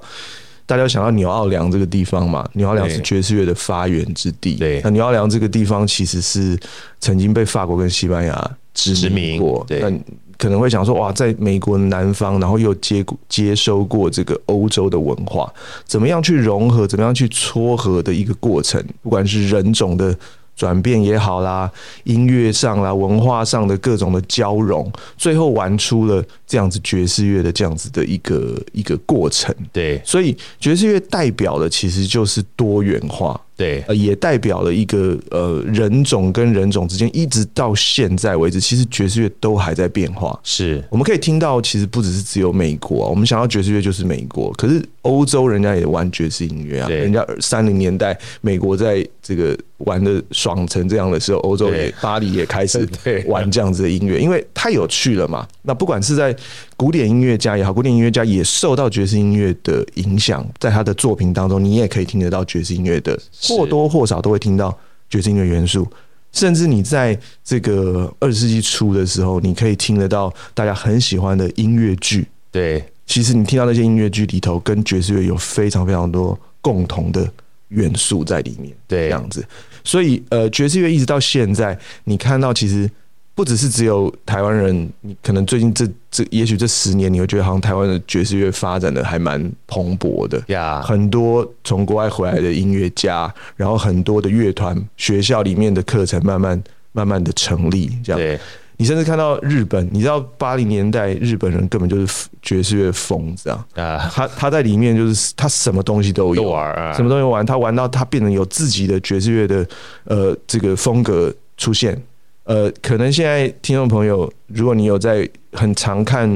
D: 大家想到纽奥良这个地方嘛，纽奥良
B: 对
D: 是爵士乐的发源之地。
B: 对
D: 那纽奥良这个地方其实是曾经被法国跟西班牙殖
B: 殖民
D: 民过。
B: 对
D: 那你可能会想说，哇，在美国南方，然后又接过接收过这个欧洲的文化，怎么样去融合，怎么样去撮合的一个过程，不管是人种的转变也好啦，音乐上啦，文化上的各种的交融，最后玩出了这样子爵士乐的这样子的一个一个过程。
B: 对
D: 所以爵士乐代表的其实就是多元化，
B: 对，
D: 呃，也代表了一个呃人种跟人种之间，一直到现在为止，其实爵士乐都还在变化。
B: 是
D: 我们可以听到，其实不只是只有美国、啊，我们想要爵士乐就是美国，可是欧洲人家也玩爵士音乐啊，
B: 对
D: 人家三零年代美国在这个玩的爽成这样的时候，欧洲也
B: 对
D: 巴黎也开始
B: (laughs) 对
D: 玩这样子的音乐，因为太有趣了嘛。那不管是在古典音乐家也好，古典音乐家也受到爵士音乐的影响，在他的作品当中，你也可以听得到爵士音乐的，
B: 是
D: 或多或少都会听到爵士音乐元素。甚至你在这个二十世纪初的时候，你可以听得到大家很喜欢的音乐剧。
B: 对，
D: 其实你听到那些音乐剧里头，跟爵士乐有非常非常多共同的元素在里面，
B: 对
D: 这样子。所以呃，爵士乐一直到现在，你看到其实不只是只有台湾人，你可能最近这这，也许这十年你会觉得好像台湾的爵士乐发展的还蛮蓬勃的，
B: 呀，
D: 很多从国外回来的音乐家，然后很多的乐团、学校里面的课程慢慢慢慢的成立，这样。
B: 对，
D: 你甚至看到日本，你知道八零年代日本人根本就是爵士乐疯子啊，
B: 啊，
D: 他他在里面就是他什么东西都
B: 都
D: 有，
B: 玩啊，
D: 什么东西玩，他玩到他变成有自己的爵士乐的呃这个风格出现。呃，可能现在听众朋友，如果你有在很常看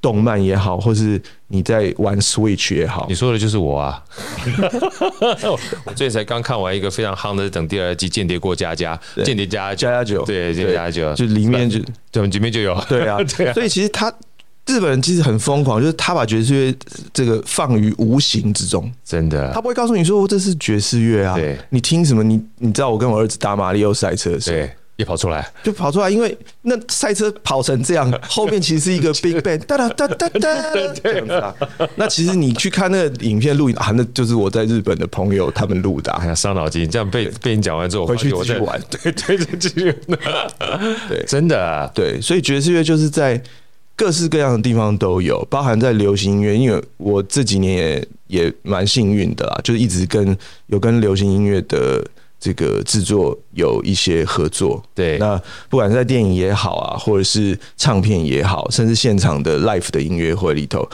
D: 动漫也好，或是你在玩 Switch 也好
B: 你，说的就是我啊！ (laughs) 我最近才刚看完一个非常夯的等第二季《间谍过家家》，《间谍家家
D: 加加酒，
B: 对，《间谍家家》
D: 就里面就
B: 对，里面就有，
D: 对啊，
B: (laughs) 对啊
D: 所以其实他日本人其实很疯狂，就是他把爵士乐这个放于无形之中，
B: 真的
D: 他，不会告诉你说哦这是爵士乐啊
B: 对，
D: 你听什么？你你知道我跟我儿子打马里奥赛车的时候，
B: 对，也跑出来，
D: 就跑出来，因为那赛车跑成这样，后面其实是一个 Big Bang，哒哒哒哒哒，这样子啊。那其实你去看那个影片录影啊，那就是我在日本的朋友他们录的啊、
B: 哎呀，伤脑筋。这样被被你讲完之后，我
D: 回去
B: 发
D: 继
B: 现
D: 续
B: 我在
D: 玩，
B: (laughs) 对对对，继续，
D: (laughs) 对
B: 真的啊，
D: 对，所以爵士乐就是在各式各样的地方都有，包含在流行音乐。因为我这几年也也蛮幸运的啦，就是一直跟有跟流行音乐的这个制作有一些合作。
B: 对
D: 那不管是在电影也好啊，或者是唱片也好，甚至现场的 l i f e 的音乐会里头，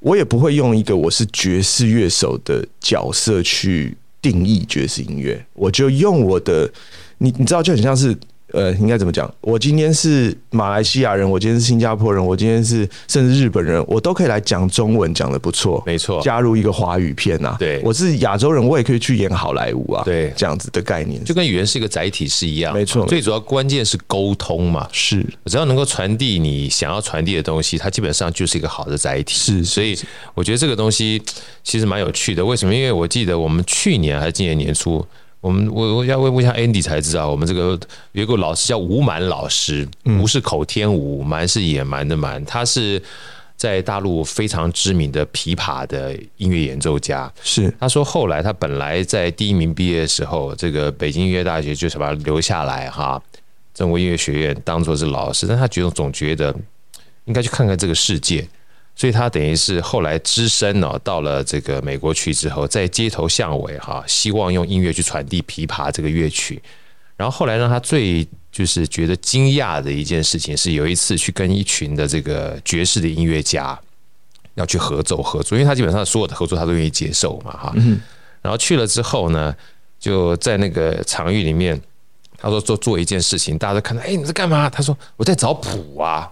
D: 我也不会用一个我是爵士乐手的角色去定义爵士音乐，我就用我的，你你知道，就很像是。呃，应该怎么讲？我今天是马来西亚人，我今天是新加坡人，我今天是甚至日本人，我都可以来讲中文，讲的不错。
B: 没错，
D: 加入一个华语片啊，
B: 对
D: 我是亚洲人，我也可以去演好莱坞啊，
B: 对
D: 这样子的概念
B: 就跟语言是一个载体是一样，
D: 没错
B: 最主要关键是沟通嘛，
D: 是
B: 只要能够传递你想要传递的东西，它基本上就是一个好的载体。
D: 是
B: 所以我觉得这个东西其实蛮有趣的。为什么？因为我记得我们去年还是今年年初，我们我我要问一下 Andy 才知道，我们这个有一个老师叫吴蛮老师，
D: 嗯
B: 吴是口天吴，蛮是野蛮的蛮，他是在大陆非常知名的琵琶的音乐演奏家。
D: 是
B: 他说后来他本来在第一名毕业的时候，这个北京音乐大学就想把他留下来哈，中国音乐学院当做是老师，但他觉得总觉得应该去看看这个世界。所以他等于是后来只身哦，到了这个美国去之后，在街头巷尾哈、希望用音乐去传递琵琶这个乐曲。然后后来让他最就是觉得惊讶的一件事情是，有一次去跟一群的这个爵士的音乐家要去合奏合作，因为他基本上所有的合作他都愿意接受嘛哈。然后去了之后呢，就在那个场域里面，他说做做一件事情，大家都看到，哎，你在干嘛？他说我在找谱啊。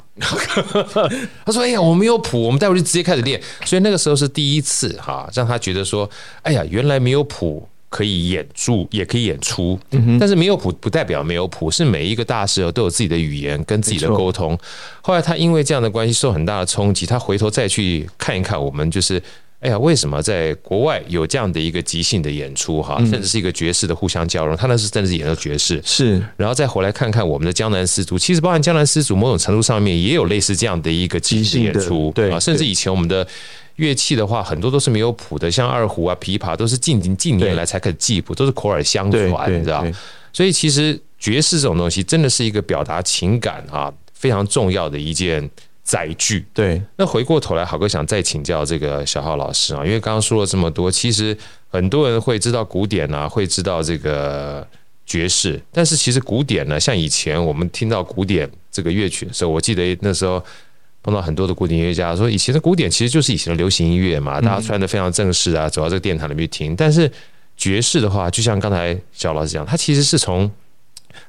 B: 他说：“哎呀，我没有谱，我们待会儿就直接开始练。”所以那个时候是第一次哈、让他觉得说：“哎呀，原来没有谱可以演出，也可以演出。但是没有谱不代表没有谱，是每一个大师哦都有自己的语言跟自己的沟通。后来他因为这样的关系受很大的冲击，他回头再去看一看我们就是。哎呀，为什么在国外有这样的一个即兴的演出哈，甚至是一个爵士的互相交融？他那是真的是演到爵士，
D: 是，
B: 然后再回来看看我们的江南丝竹，其实包含江南丝竹，某种程度上面也有类似这样的一个即兴演
D: 即兴
B: 出
D: 的，对
B: 啊，甚至
D: 对
B: 以前我们的乐器的话，很多都是没有谱的，像二胡啊、琵琶都是近近近年
D: 对
B: 来才开始记谱，都是口耳相
D: 对
B: 传，
D: 对
B: 你知道
D: 对？
B: 所以其实爵士这种东西真的是一个表达情感啊非常重要的一件载具。
D: 对，
B: 那回过头来，好哥想再请教这个小浩老师啊，因为刚刚说了这么多，其实很多人会知道古典啊，会知道这个爵士，但是其实古典呢，像以前我们听到古典这个乐曲的时候，我记得那时候碰到很多的古典音乐家说，以前的古典其实就是以前的流行音乐嘛，大家穿的非常正式啊，走到这个殿堂里面去听，但是。爵士的话，就像刚才小老师讲，它其实是从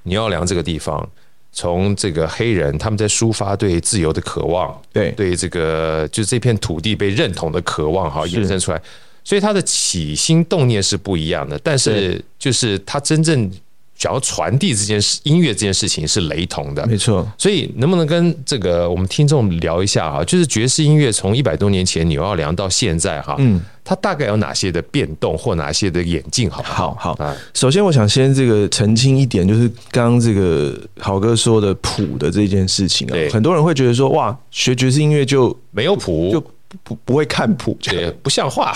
B: 尼奥良这个地方，从这个黑人他们在抒发对自由的渴望，
D: 对
B: 对这个就这片土地被认同的渴望哈
D: 是
B: 衍生出来，所以它的起心动念是不一样的，但是就是它真正想要传递这件事音乐这件事情是雷同的，
D: 没错，
B: 所以能不能跟这个我们听众聊一下啊？就是爵士音乐从一百多年前纽奥良到现在哈、
D: 嗯，
B: 它大概有哪些的变动或哪些的演进？好不好？
D: 好好。
B: 啊，
D: 首先，我想先这个澄清一点，就是刚刚这个豪哥说的谱的这件事情啊
B: 对，
D: 很多人会觉得说，哇，学爵士音乐就
B: 没有谱，
D: 就不不会看谱。
B: 对，不像话，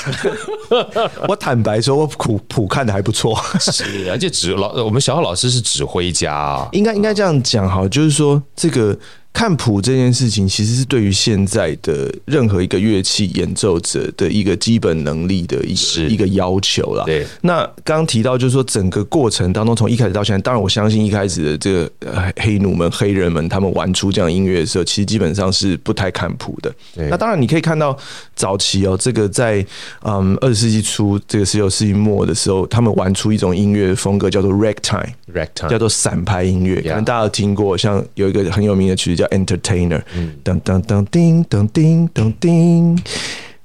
D: (laughs) 我坦白说，我谱谱看的还
B: (laughs)
D: 不错。
B: 是，而且指老我们小浩老师是指挥家
D: (laughs)
B: 啊，
D: 应该应该这样讲好，就是说这个看谱这件事情，其实是对于现在的任何一个乐器演奏者的一个基本能力的一个
B: 是
D: 一个要求啦。
B: 对，
D: 那刚刚提到，就是说整个过程当中，从一开始到现在，当然我相信一开始的这个呃黑奴们、黑人们，他们玩出这样音乐的时候，其实基本上是不太看谱的。
B: 对
D: 那当然你可以看到早期哦，这个在嗯二十世纪初，这个十九世纪末的时候，他们玩出一种音乐风格叫做 ragtime。
B: ，rectan，
D: 叫做散拍音乐，可能大家有听过，像有一个很有名的曲子叫《Entertainer》，噔噔噔叮噔叮噔叮，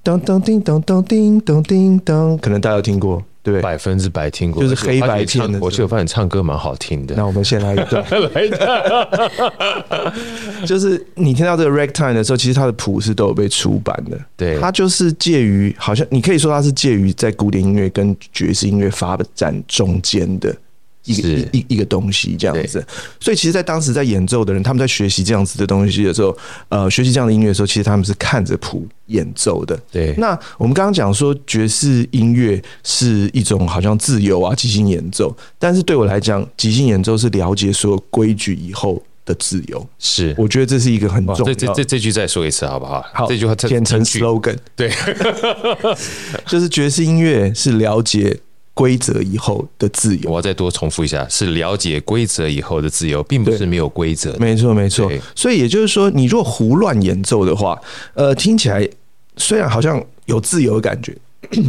D: 噔噔叮噔噔叮噔叮噔，可能大家有听过，对不对？
B: 百分之百听过，
D: 就是
B: 而且
D: 黑白
B: 我发觉你
D: 片的
B: 唱我
D: 这种
B: 就有发现你唱歌蛮好听的，
D: 那我们先来一段，
B: (laughs) 来的，
D: (laughs) 就是你听到这个 ragtime 的时候，其实它的谱是都有被出版的，
B: 对
D: 它就是介于好像你可以说它是介于在古典音乐跟爵士音乐发展中间的一个
B: 是
D: 一一一个东西这样子。所以其实，在当时在演奏的人，他们在学习这样子的东西的时候，呃，学习这样的音乐的时候，其实他们是看着谱演奏的。
B: 对，
D: 那我们刚刚讲说爵士音乐是一种好像自由啊即兴演奏，但是对我来讲，即兴演奏是了解所有规矩以后的自由。
B: 是。
D: 我觉得这是一个很
B: 哇
D: 重要
B: 这
D: 的。
B: 这这这句再说一次好不好？
D: 好，
B: 这句话再
D: 简成
B: 这句
D: slogan，
B: 对，
D: (laughs) 就是爵士音乐是了解规则以后的自由。
B: 我要再多重复一下，是了解规则以后的自由，并不
D: 对
B: 是没有规则的。
D: 没错，没错
B: 对。
D: 所以也就是说，你如果胡乱演奏的话，呃，听起来虽然好像有自由的感觉，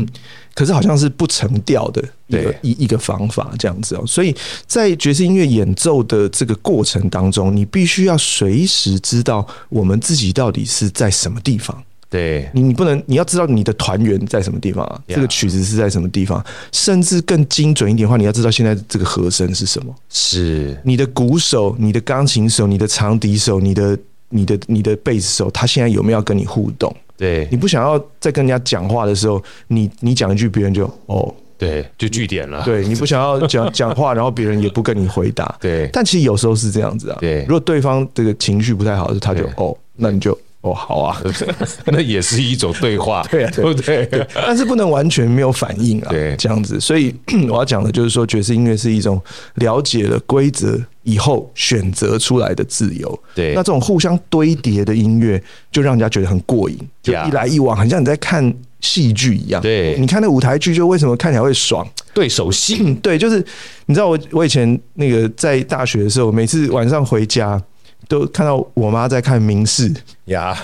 D: (coughs) 可是好像是不成调的一个
B: 对
D: 一一个方法这样子哦。所以在爵士音乐演奏的这个过程当中，你必须要随时知道我们自己到底是在什么地方。
B: 对，
D: 你你不能，你要知道你的团员在什么地方啊
B: Yeah
D: 这个曲子是在什么地方，甚至更精准一点的话，你要知道现在这个和声是什么，
B: 是
D: 你的鼓手、你的钢琴手、你的长笛手、你的、你的、你的贝斯手，他现在有没有要跟你互动？
B: 对
D: 你不想要在跟人家讲话的时候，你你讲一句，别人就
B: (laughs)
D: 哦，
B: 对，就据点了。
D: 对你不想要讲讲话，然后别人也不跟你回答。
B: (laughs) 对
D: 但其实有时候是这样子啊，
B: 对
D: 如果对方这个情绪不太好的时候，他就
B: 对
D: 哦，那你就哦好啊，
B: (laughs) 那也是一种对话，
D: 对啊
B: 对
D: 对
B: 不对？
D: 但是不能完全没有反应啊，
B: 对
D: 这样子。所以 (clears throat) 我要讲的就是说，爵士音乐是一种了解了规则以后选择出来的自由。
B: 对
D: 那这种互相堆叠的音乐，就让人家觉得很过瘾，就
B: Yeah
D: 一来一往，很像你在看戏剧一样。
B: 对
D: 你看那舞台剧，就为什么看起来会爽？ (clears throat)
B: 对手戏，
D: 嗯，对，就是你知道我我以前那个在大学的时候，每次晚上回家都看到我妈在看《明视》
B: 呀，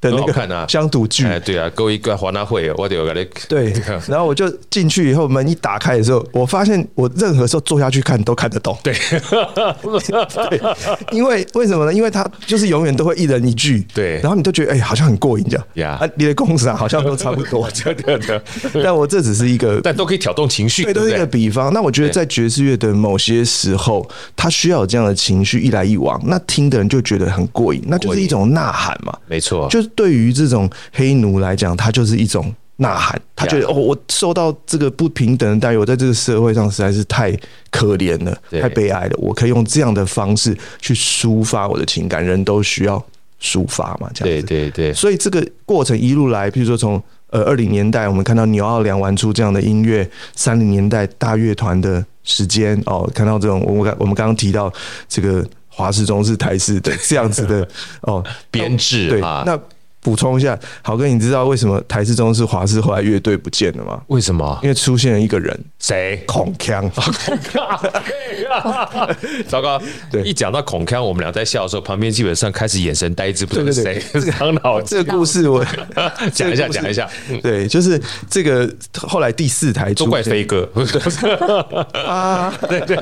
D: 的
B: 很
D: 那
B: 好看啊
D: 个乡土剧。
B: 哎，对啊，各位各位华纳会，我得有个嘞，
D: 对，然后我就进去以后，门一打开的时候，我发现我任何时候坐下去看都看得懂。对，因为为什么呢？因为他就是永远都会一人一句，
B: 对
D: 然后你都觉得哎、好像很过瘾这样。
B: 呀。
D: 啊，你的工厂好像都差不多
B: (laughs) 对对 (laughs)
D: (laughs)
B: 对，
D: 但我这只是一个，
B: 但都可以挑动情绪，
D: 对，
B: 对
D: 都
B: 不
D: 是一个
B: 对？
D: 比方。那我觉得在爵士乐的某些时候，他需要有这样的情绪一来一往，那听的人就觉得很过瘾，那就是一种呐喊嘛。
B: 没错，
D: 就是对于这种黑奴来讲，他就是一种呐喊，他觉得
B: Yeah.
D: 哦，我受到这个不平等的待遇，我在这个社会上实在是太可怜了，
B: 对
D: 太悲哀了。我可以用这样的方式去抒发我的情感，人都需要抒发嘛，这样
B: 对
D: 子。
B: 对对，
D: 所以这个过程一路来，譬如说从呃二零年代，我们看到纽奥良玩出这样的音乐，三零年代大乐团的时间哦，看到这种我们刚我们刚刚提到
B: (laughs)
D: 这个华氏、中式、台式的这样子的哦
B: 编制
D: 对，
B: 啊，
D: 那补充一下，好哥，你知道为什么台式中式华式后来乐队不见了吗？
B: 为什么？
D: 因为出现了一个人，
B: 谁？
D: 孔锵。
B: (laughs) 糟糕！
D: 对
B: 一讲到孔康，我们俩在笑的时候，旁边基本上开始眼神呆滞，不知道是
D: 对
B: 谁 (laughs) 伤脑筋。
D: 这个故事我
B: (laughs) 讲一下，
D: 这个故事
B: 讲一下，
D: 对，就是这个后来第四台
B: 都
D: 出
B: 怪
D: 现
B: 飞哥。 (laughs)
D: 啊，对对。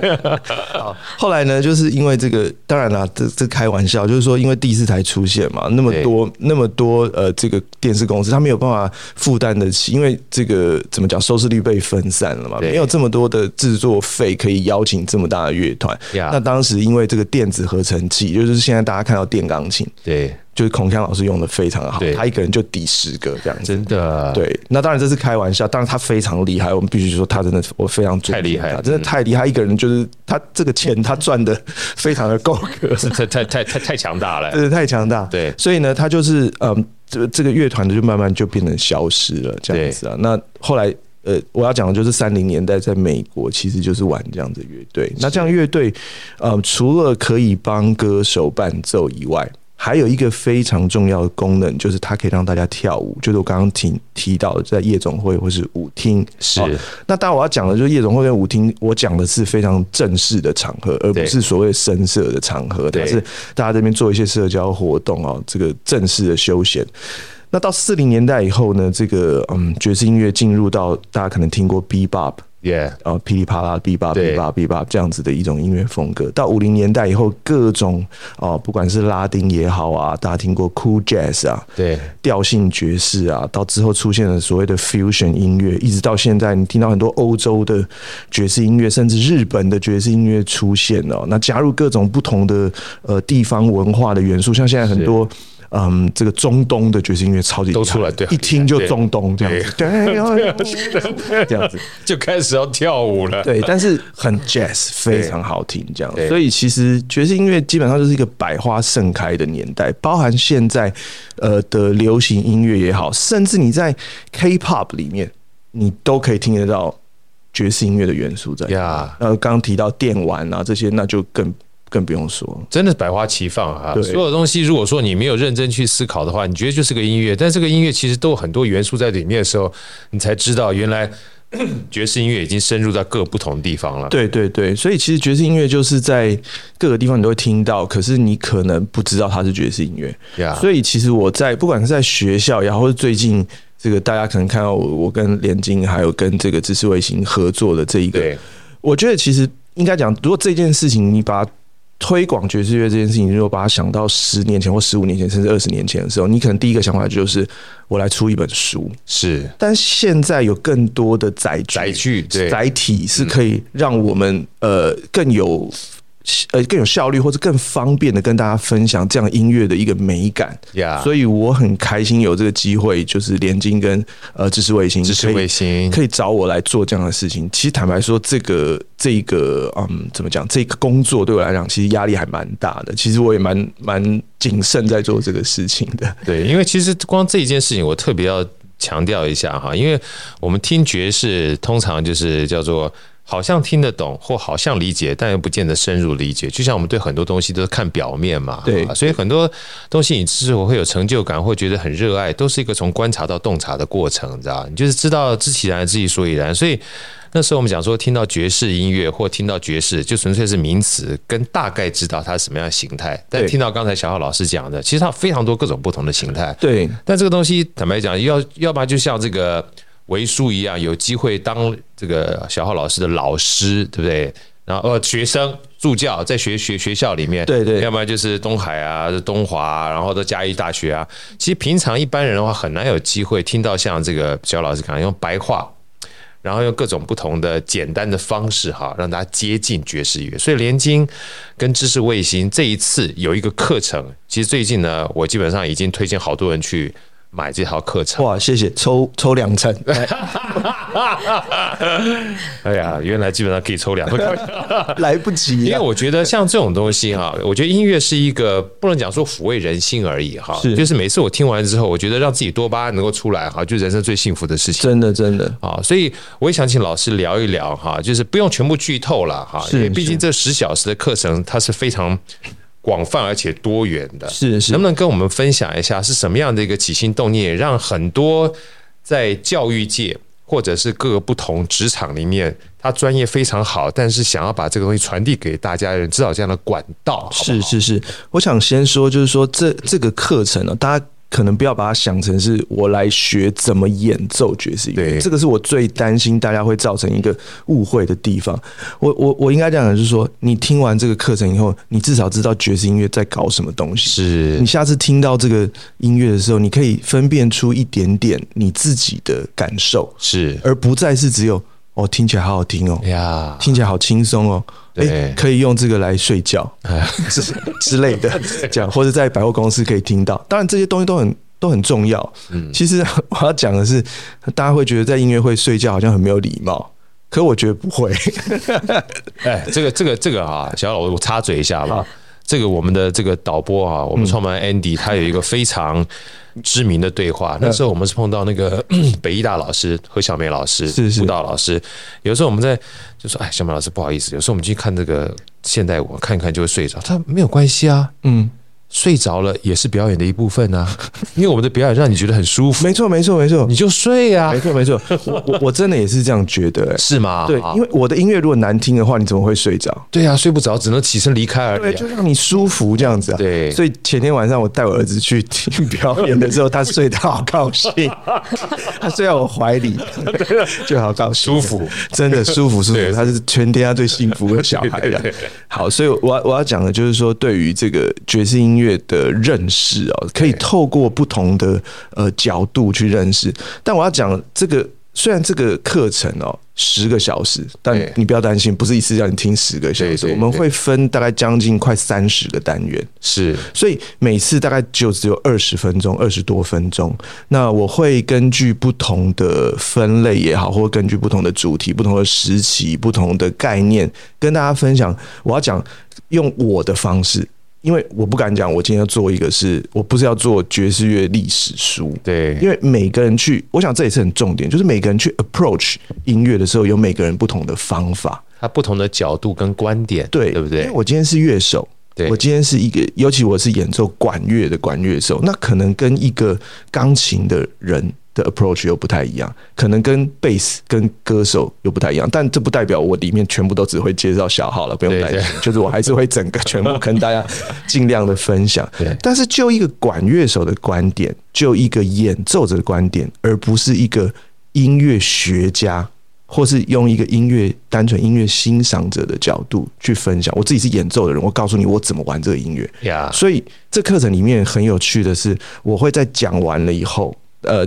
D: 好，后来呢，就是因为这个，当然啦，这这开玩笑，就是说因为第四台出现嘛，那么多那么多呃，这个电视公司它没有办法负担得起，因为这个怎么讲，收视率被分散了嘛，
B: 对
D: 没有这么多的制作费可以邀请这么大的乐团。
B: 呀
D: 那当时因为这个电子合成器，就是现在大家看到电钢琴，
B: 对，
D: 就是孔锵老师用的非常好
B: 对，
D: 他一个人就抵十个这样子。
B: 真的，
D: 对，那当然这是开玩笑，当然他非常厉害，我们必须说他真的我非常尊
B: 太厉
D: 敬他
B: 害了嗯
D: 真的太厉害，一个人就是他这个钱他赚的非常的够
B: (laughs)
D: 格，
B: 这太太太太太强大了。
D: 真的太强大。
B: 对
D: 所以呢，他就是嗯，这这个乐团就慢慢就变成消失了这样子啊。那后来呃，我要讲的就是三零年代在美国其实就是玩这样的乐队。那这样乐队呃，除了可以帮歌手伴奏以外，还有一个非常重要的功能，就是它可以让大家跳舞，就是我刚刚提提到的，在夜总会或是舞厅
B: 是
D: 哦那当然我要讲的就是夜总会跟舞厅，我讲的是非常正式的场合，而
B: 对
D: 不是所谓深色的场合，
B: 对
D: 它是大家这边做一些社交活动哦，这个正式的休闲。那到四零年代以后呢，这个嗯爵士音乐进入到大家可能听过 bebop。
B: 耶，
D: 然后噼里啪啦、哔吧、
B: 对
D: 哔吧、哔吧这样子的一种音乐风格。到五零年代以后，各种哦，不管是拉丁也好啊，大家听过 cool jazz 啊，
B: 对，
D: 调性爵士啊，到之后出现了所谓的 fusion 音乐，一直到现在，你听到很多欧洲的爵士音乐，甚至日本的爵士音乐出现哦。那加入各种不同的呃地方文化的元素，像现在很多。嗯，这个中东的爵士音乐超级厉害
B: 都出来对
D: 一听就中东这样子，
B: (laughs)
D: 对，这样子，
B: 就开始要跳舞了。
D: 对，但是很 jazz，非常好听，这样
B: 对。
D: 所以其实爵士音乐基本上就是一个百花盛开的年代，包含现在呃的流行音乐也好，甚至你在 K-pop 里面，你都可以听得到爵士音乐的元素在。
B: 呀，
D: 呃，刚刚提到电玩啊这些，那就更更不用说了。
B: 真的百花齐放啊！
D: 对
B: 所有东西，如果说你没有认真去思考的话，你觉得就是个音乐，但这个音乐其实都有很多元素在里面的时候，你才知道原来 (coughs) 爵士音乐已经深入到各不同地方了。
D: 对对对，所以其实爵士音乐就是在各个地方你都会听到，可是你可能不知道它是爵士音乐。
B: 呀，
D: 所以其实我在不管是在学校也好，或者最近这个大家可能看到我，我跟连金还有跟这个知识卫星合作的这一个，
B: 对
D: 我觉得其实应该讲，如果这件事情你把它推广爵士乐这件事情，如果把它想到十年前或十五年前，甚至二十年前的时候，你可能第一个想法就是我来出一本书。
B: 是
D: 但现在有更多的载具
B: 载具对
D: 载体是可以让我们呃更有呃更有效率或者更方便的跟大家分享这样音乐的一个美感。
B: 呀，
D: 所以我很开心有这个机会，就是连金跟呃知识卫星，
B: 知识卫星
D: 可以可以找我来做这样的事情。其实坦白说，这个这个嗯，怎么讲？这个工作对我来讲，其实压力还蛮大的。其实我也蛮蛮谨慎在做这个事情的。
B: (laughs) 对，因为其实光这一件事情，我特别要强调一下哈，因为我们听爵士通常就是叫做好像听得懂或好像理解，但又不见得深入理解。就像我们对很多东西都是看表面嘛，
D: 对
B: 啊所以很多东西你之所以会有成就感，或觉得很热爱，都是一个从观察到洞察的过程，你知道？你就是知道知其然，知其所以然，所以。那时候我们讲说，听到爵士音乐或听到爵士，就纯粹是名词，跟大概知道它是什么样的形态。但
D: 对
B: 听到刚才小浩老师讲的，其实它有非常多各种不同的形态。
D: 对，
B: 但这个东西，坦白讲，要要不然就像这个维叔一样，有机会当这个小浩老师的老师，对不对？然后呃，学生助教在学学学校里面，
D: 对对
B: 要不然就是东海啊、东华、啊，然后到嘉义大学啊。其实平常一般人的话，很难有机会听到像这个小老师讲用白话然后用各种不同的简单的方式哈，让大家接近爵士乐。所以联经跟知识卫星这一次有一个课程，其实最近呢，我基本上已经推荐好多人去买这套课程。
D: 哇，谢谢，抽抽
B: (laughs)
D: 两成。
B: 哎呀，原来基本上可以抽两个。 (laughs)
D: 来不及
B: 因为
D: 了。
B: 我觉得像这种东西哈，我觉得音乐是一个不能讲说抚慰人心而已哈，
D: 是
B: 就是每次我听完之后，我觉得让自己多巴胺能够出来哈，就是人生最幸福的事情。
D: 真的，真的，
B: 啊，所以我也想请老师聊一聊哈，就是不用全部剧透了哈，
D: 是
B: 因为毕
D: 是
B: 竟这十小时的课程它是非常广泛而且多元的。
D: 是是
B: 能不能跟我们分享一下是什么样的一个起心动念，让很多在教育界或者是各个不同职场里面，他专业非常好，但是想要把这个东西传递给大家的人，知道有这样的管道，好不好
D: 是是是，我想先说，就是说这这个课程呢、哦大家可能不要把它想成是我来学怎么演奏爵士
B: 对
D: 乐，这个是我最担心大家会造成一个误会的地方。我我我应该这样讲，就是说，你听完这个课程以后，你至少知道爵士音乐在搞什么东西。
B: 是
D: 你下次听到这个音乐的时候，你可以分辨出一点点你自己的感受，
B: 是
D: 而不再是只有哦听起来好好听哦，
B: 哎呀，
D: 听起来好轻松哦，
B: 对哎
D: 诶可以用这个来睡觉 (laughs) 之之类
B: (laughs)
D: 的，这样或者在百货公司可以听到。当然这些东西都很都很重要。
B: 嗯
D: 其实我要讲的是，大家会觉得在音乐会睡觉好像很没有礼貌，可我觉得不会。
B: (laughs) 哎，这个这个这个啊，小老我插嘴一下吧。这个我们的这个导播
D: 嗯
B: 啊，我们创办人
D: (laughs)
B: Andy，、他有一个非常知名的对
D: 嗯
B: 话。那时候我们是碰到那个 (coughs) 北医大老师何小梅老师，
D: 是是
B: 舞蹈老师。有时候我们在就说，哎，小梅老师不好意思，有时候我们去看这个现代舞，看一看就会睡着。他说没有关系啊，
D: 嗯，
B: 睡着了也是表演的一部分
D: (laughs)
B: 啊，因为我们的表演让你觉得很舒服，
D: 没错，没错，没错
B: 你，就睡啊
D: (laughs) 没，错，没错。我我我真的也是这样觉
B: (laughs)
D: 得、诶
B: 是吗？
D: 对
B: 啊，
D: 因为我的音乐如果难听的话，你怎么会睡着？
B: 对啊，睡不着只能起身离开而
D: 对，
B: 已、啊
D: 就。让你舒服这样子啊。
B: 对
D: 所以前天晚上我带我儿子去听表演的时候，他睡得好高兴，
B: (laughs)
D: 他睡在我怀里，就好高兴，
B: 啊舒服，
D: 真的舒服舒服
B: 对。
D: 他是全天下最幸福的小孩
B: 对对
D: 了
B: 对。
D: 好，所以我要我要讲的就是说，对于这个爵士音乐的认识哦，可以透过不同的呃角度去认识。但我要讲这个。虽然这个课程哦十个小时，但
B: 对
D: 你不要担心，不是一次让你听十个小
B: 对
D: 时，
B: 对
D: 我们
B: 对
D: 会分大概将近快三十个单元，
B: 是
D: 所以每次大概就只有二十分钟，二十多分钟。那我会根据不同的分类也好，或根据不同的主题、不同的时期、不同的概念，跟大家分享。我要讲用我的方式，因为我不敢讲，我今天要做一个是我不是要做爵士乐历史书，
B: 对，
D: 因为每个人去，我想这也是很重点，就是每个人去 approach 音乐的时候，有每个人不同的方法。
B: 他不同的角度跟观点，
D: 对，
B: 对不
D: 因
B: 对
D: 为？我今天是乐手，
B: 对
D: 我今天是一个，尤其我是演奏管乐的管乐手，那可能跟一个钢琴的人的 approach 又不太一样，可能跟贝斯跟歌手又不太一样，但这不代表我里面全部都只会介绍小号了，不用
B: 对
D: 担心，就是我还是会整个全部跟
B: (laughs)
D: 大家尽量的分享
B: 对。
D: 但是就一个管乐手的观点，就一个演奏者的观点，而不是一个音乐学家或是用一个音乐单纯音乐欣赏者的角度去分享。我自己是演奏的人，我告诉你我怎么玩这个音乐。
B: 呀，
D: 所以这课程里面很有趣的是，我会在讲完了以后，呃。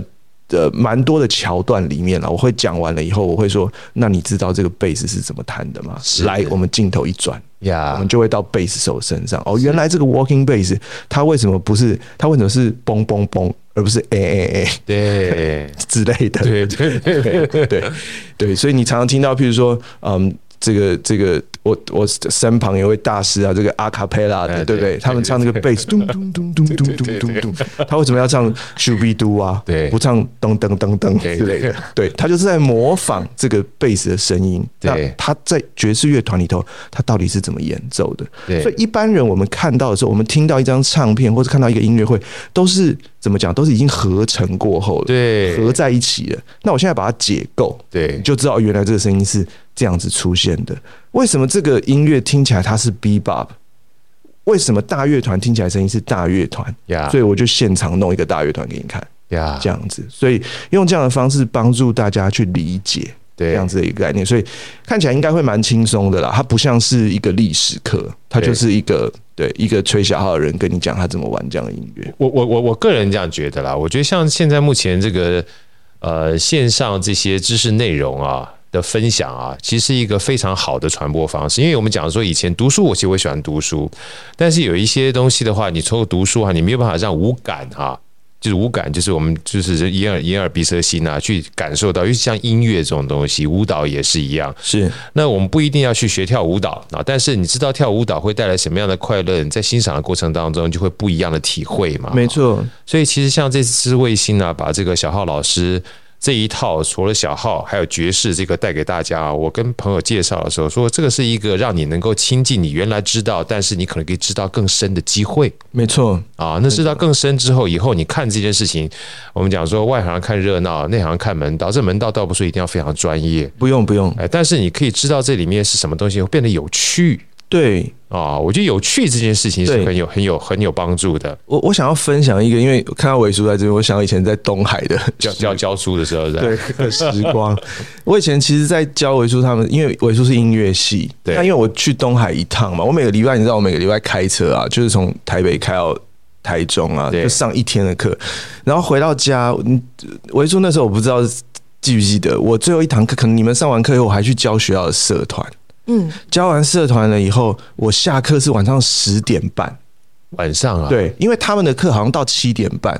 D: 呃，蛮多的桥段里面了，我会讲完了以后，我会说，那你知道这个贝斯是怎么弹的吗？
B: 是
D: 来，我们镜头一转，我
B: 呀
D: 们，就会到贝斯手身上。哦，原来这个 walking bass 它为什么不是它为什么是嘣嘣嘣，而不是哎哎哎 (laughs)
B: 对，
D: 之类的？
B: 对对对
D: 对对
B: (laughs)
D: 对，所以你常常听到，譬如说，嗯，这个这个，我我身旁有位大师啊，这个阿卡贝拉
B: 哎对
D: 的，对不对？
B: 对
D: 他们唱那个贝斯，咚咚咚咚咚咚咚咚，他为什么要唱 s h o b i d o 啊？
B: 对
D: 不唱噔噔噔噔
B: 对
D: 之类的，对他就是在模仿这个贝斯的声音。
B: 对
D: 那他在爵士乐团里头，他到底是怎么演奏的？
B: 对
D: 所以一般人我们看到的时候，我们听到一张唱片或者看到一个音乐会，都是怎么讲？都是已经合成过后了。
B: 对
D: 合在一起了。那我现在把它解构，
B: 对
D: 你就知道原来这个声音是这样子出现的。为什么这个音乐听起来它是 bebop？为什么大乐团听起来声音是大乐团？
B: 呀
D: 所以我就现场弄一个大乐团给你看，
B: 呀
D: 这，样子。所以用这样的方式帮助大家去理解
B: 对
D: 这样子的一个概念，所以看起来应该会蛮轻松的啦。它不像是一个历史课，它
B: 对
D: 就是一个对一个吹小号的人跟你讲他怎么玩这样的音乐。
B: 我我我我个人这样觉得啦，我觉得像现在目前这个呃线上这些知识内容啊的分享啊，其实是一个非常好的传播方式。因为我们讲说以前读书，我其实我喜欢读书，但是有一些东西的话，你通过读书啊，你没有办法让无感啊。就是无感，就是我们就是眼耳眼耳鼻舌心啊，去感受到，尤其像音乐这种东西，舞蹈也是一样。
D: 是
B: 那我们不一定要去学跳舞蹈啊，但是你知道跳舞蹈会带来什么样的快乐，你在欣赏的过程当中就会不一样的体会嘛。
D: 没，错，
B: 所以其实像这次卫星啊，把这个小浩老师这一套除了小号，还有爵士这个带给大家啊。我跟朋友介绍的时候说，这个是一个让你能够亲近你原来知道，但是你可能可以知道更深的机会
D: 没错，
B: 啊。那知道更深之后，以后你看这件事情，我们讲说外行看热闹，内行看门道。这门道倒不是一定要非常专业，
D: 不用不用，
B: 哎，但是你可以知道这里面是什么东西，会变得有趣
D: 对
B: 啊。我觉得有趣这件事情是
D: 对
B: 很有很有很有帮助的。
D: 我我想要分享一个，因为我看到伟叔在这边，我想到以前在东海
B: (laughs)
D: 的
B: 教教教书的时候，是吧
D: 对，时光。我以前其实，在教维叔他们，因为维叔是音乐系，
B: 对
D: 那因为我去东海一趟嘛，我每个礼拜，你知道，我每个礼拜开车啊，就是从台北开到台中啊，
B: 对
D: 就上一天的课，然后回到家，嗯，维叔那时候我不知道记不记得，我最后一堂课，可能你们上完课以后，我还去教学校的社团，
C: 嗯，
D: 教完社团了以后，我下课是晚上十点半。
B: 晚上啊，
D: 对，因为他们的课好像到七点半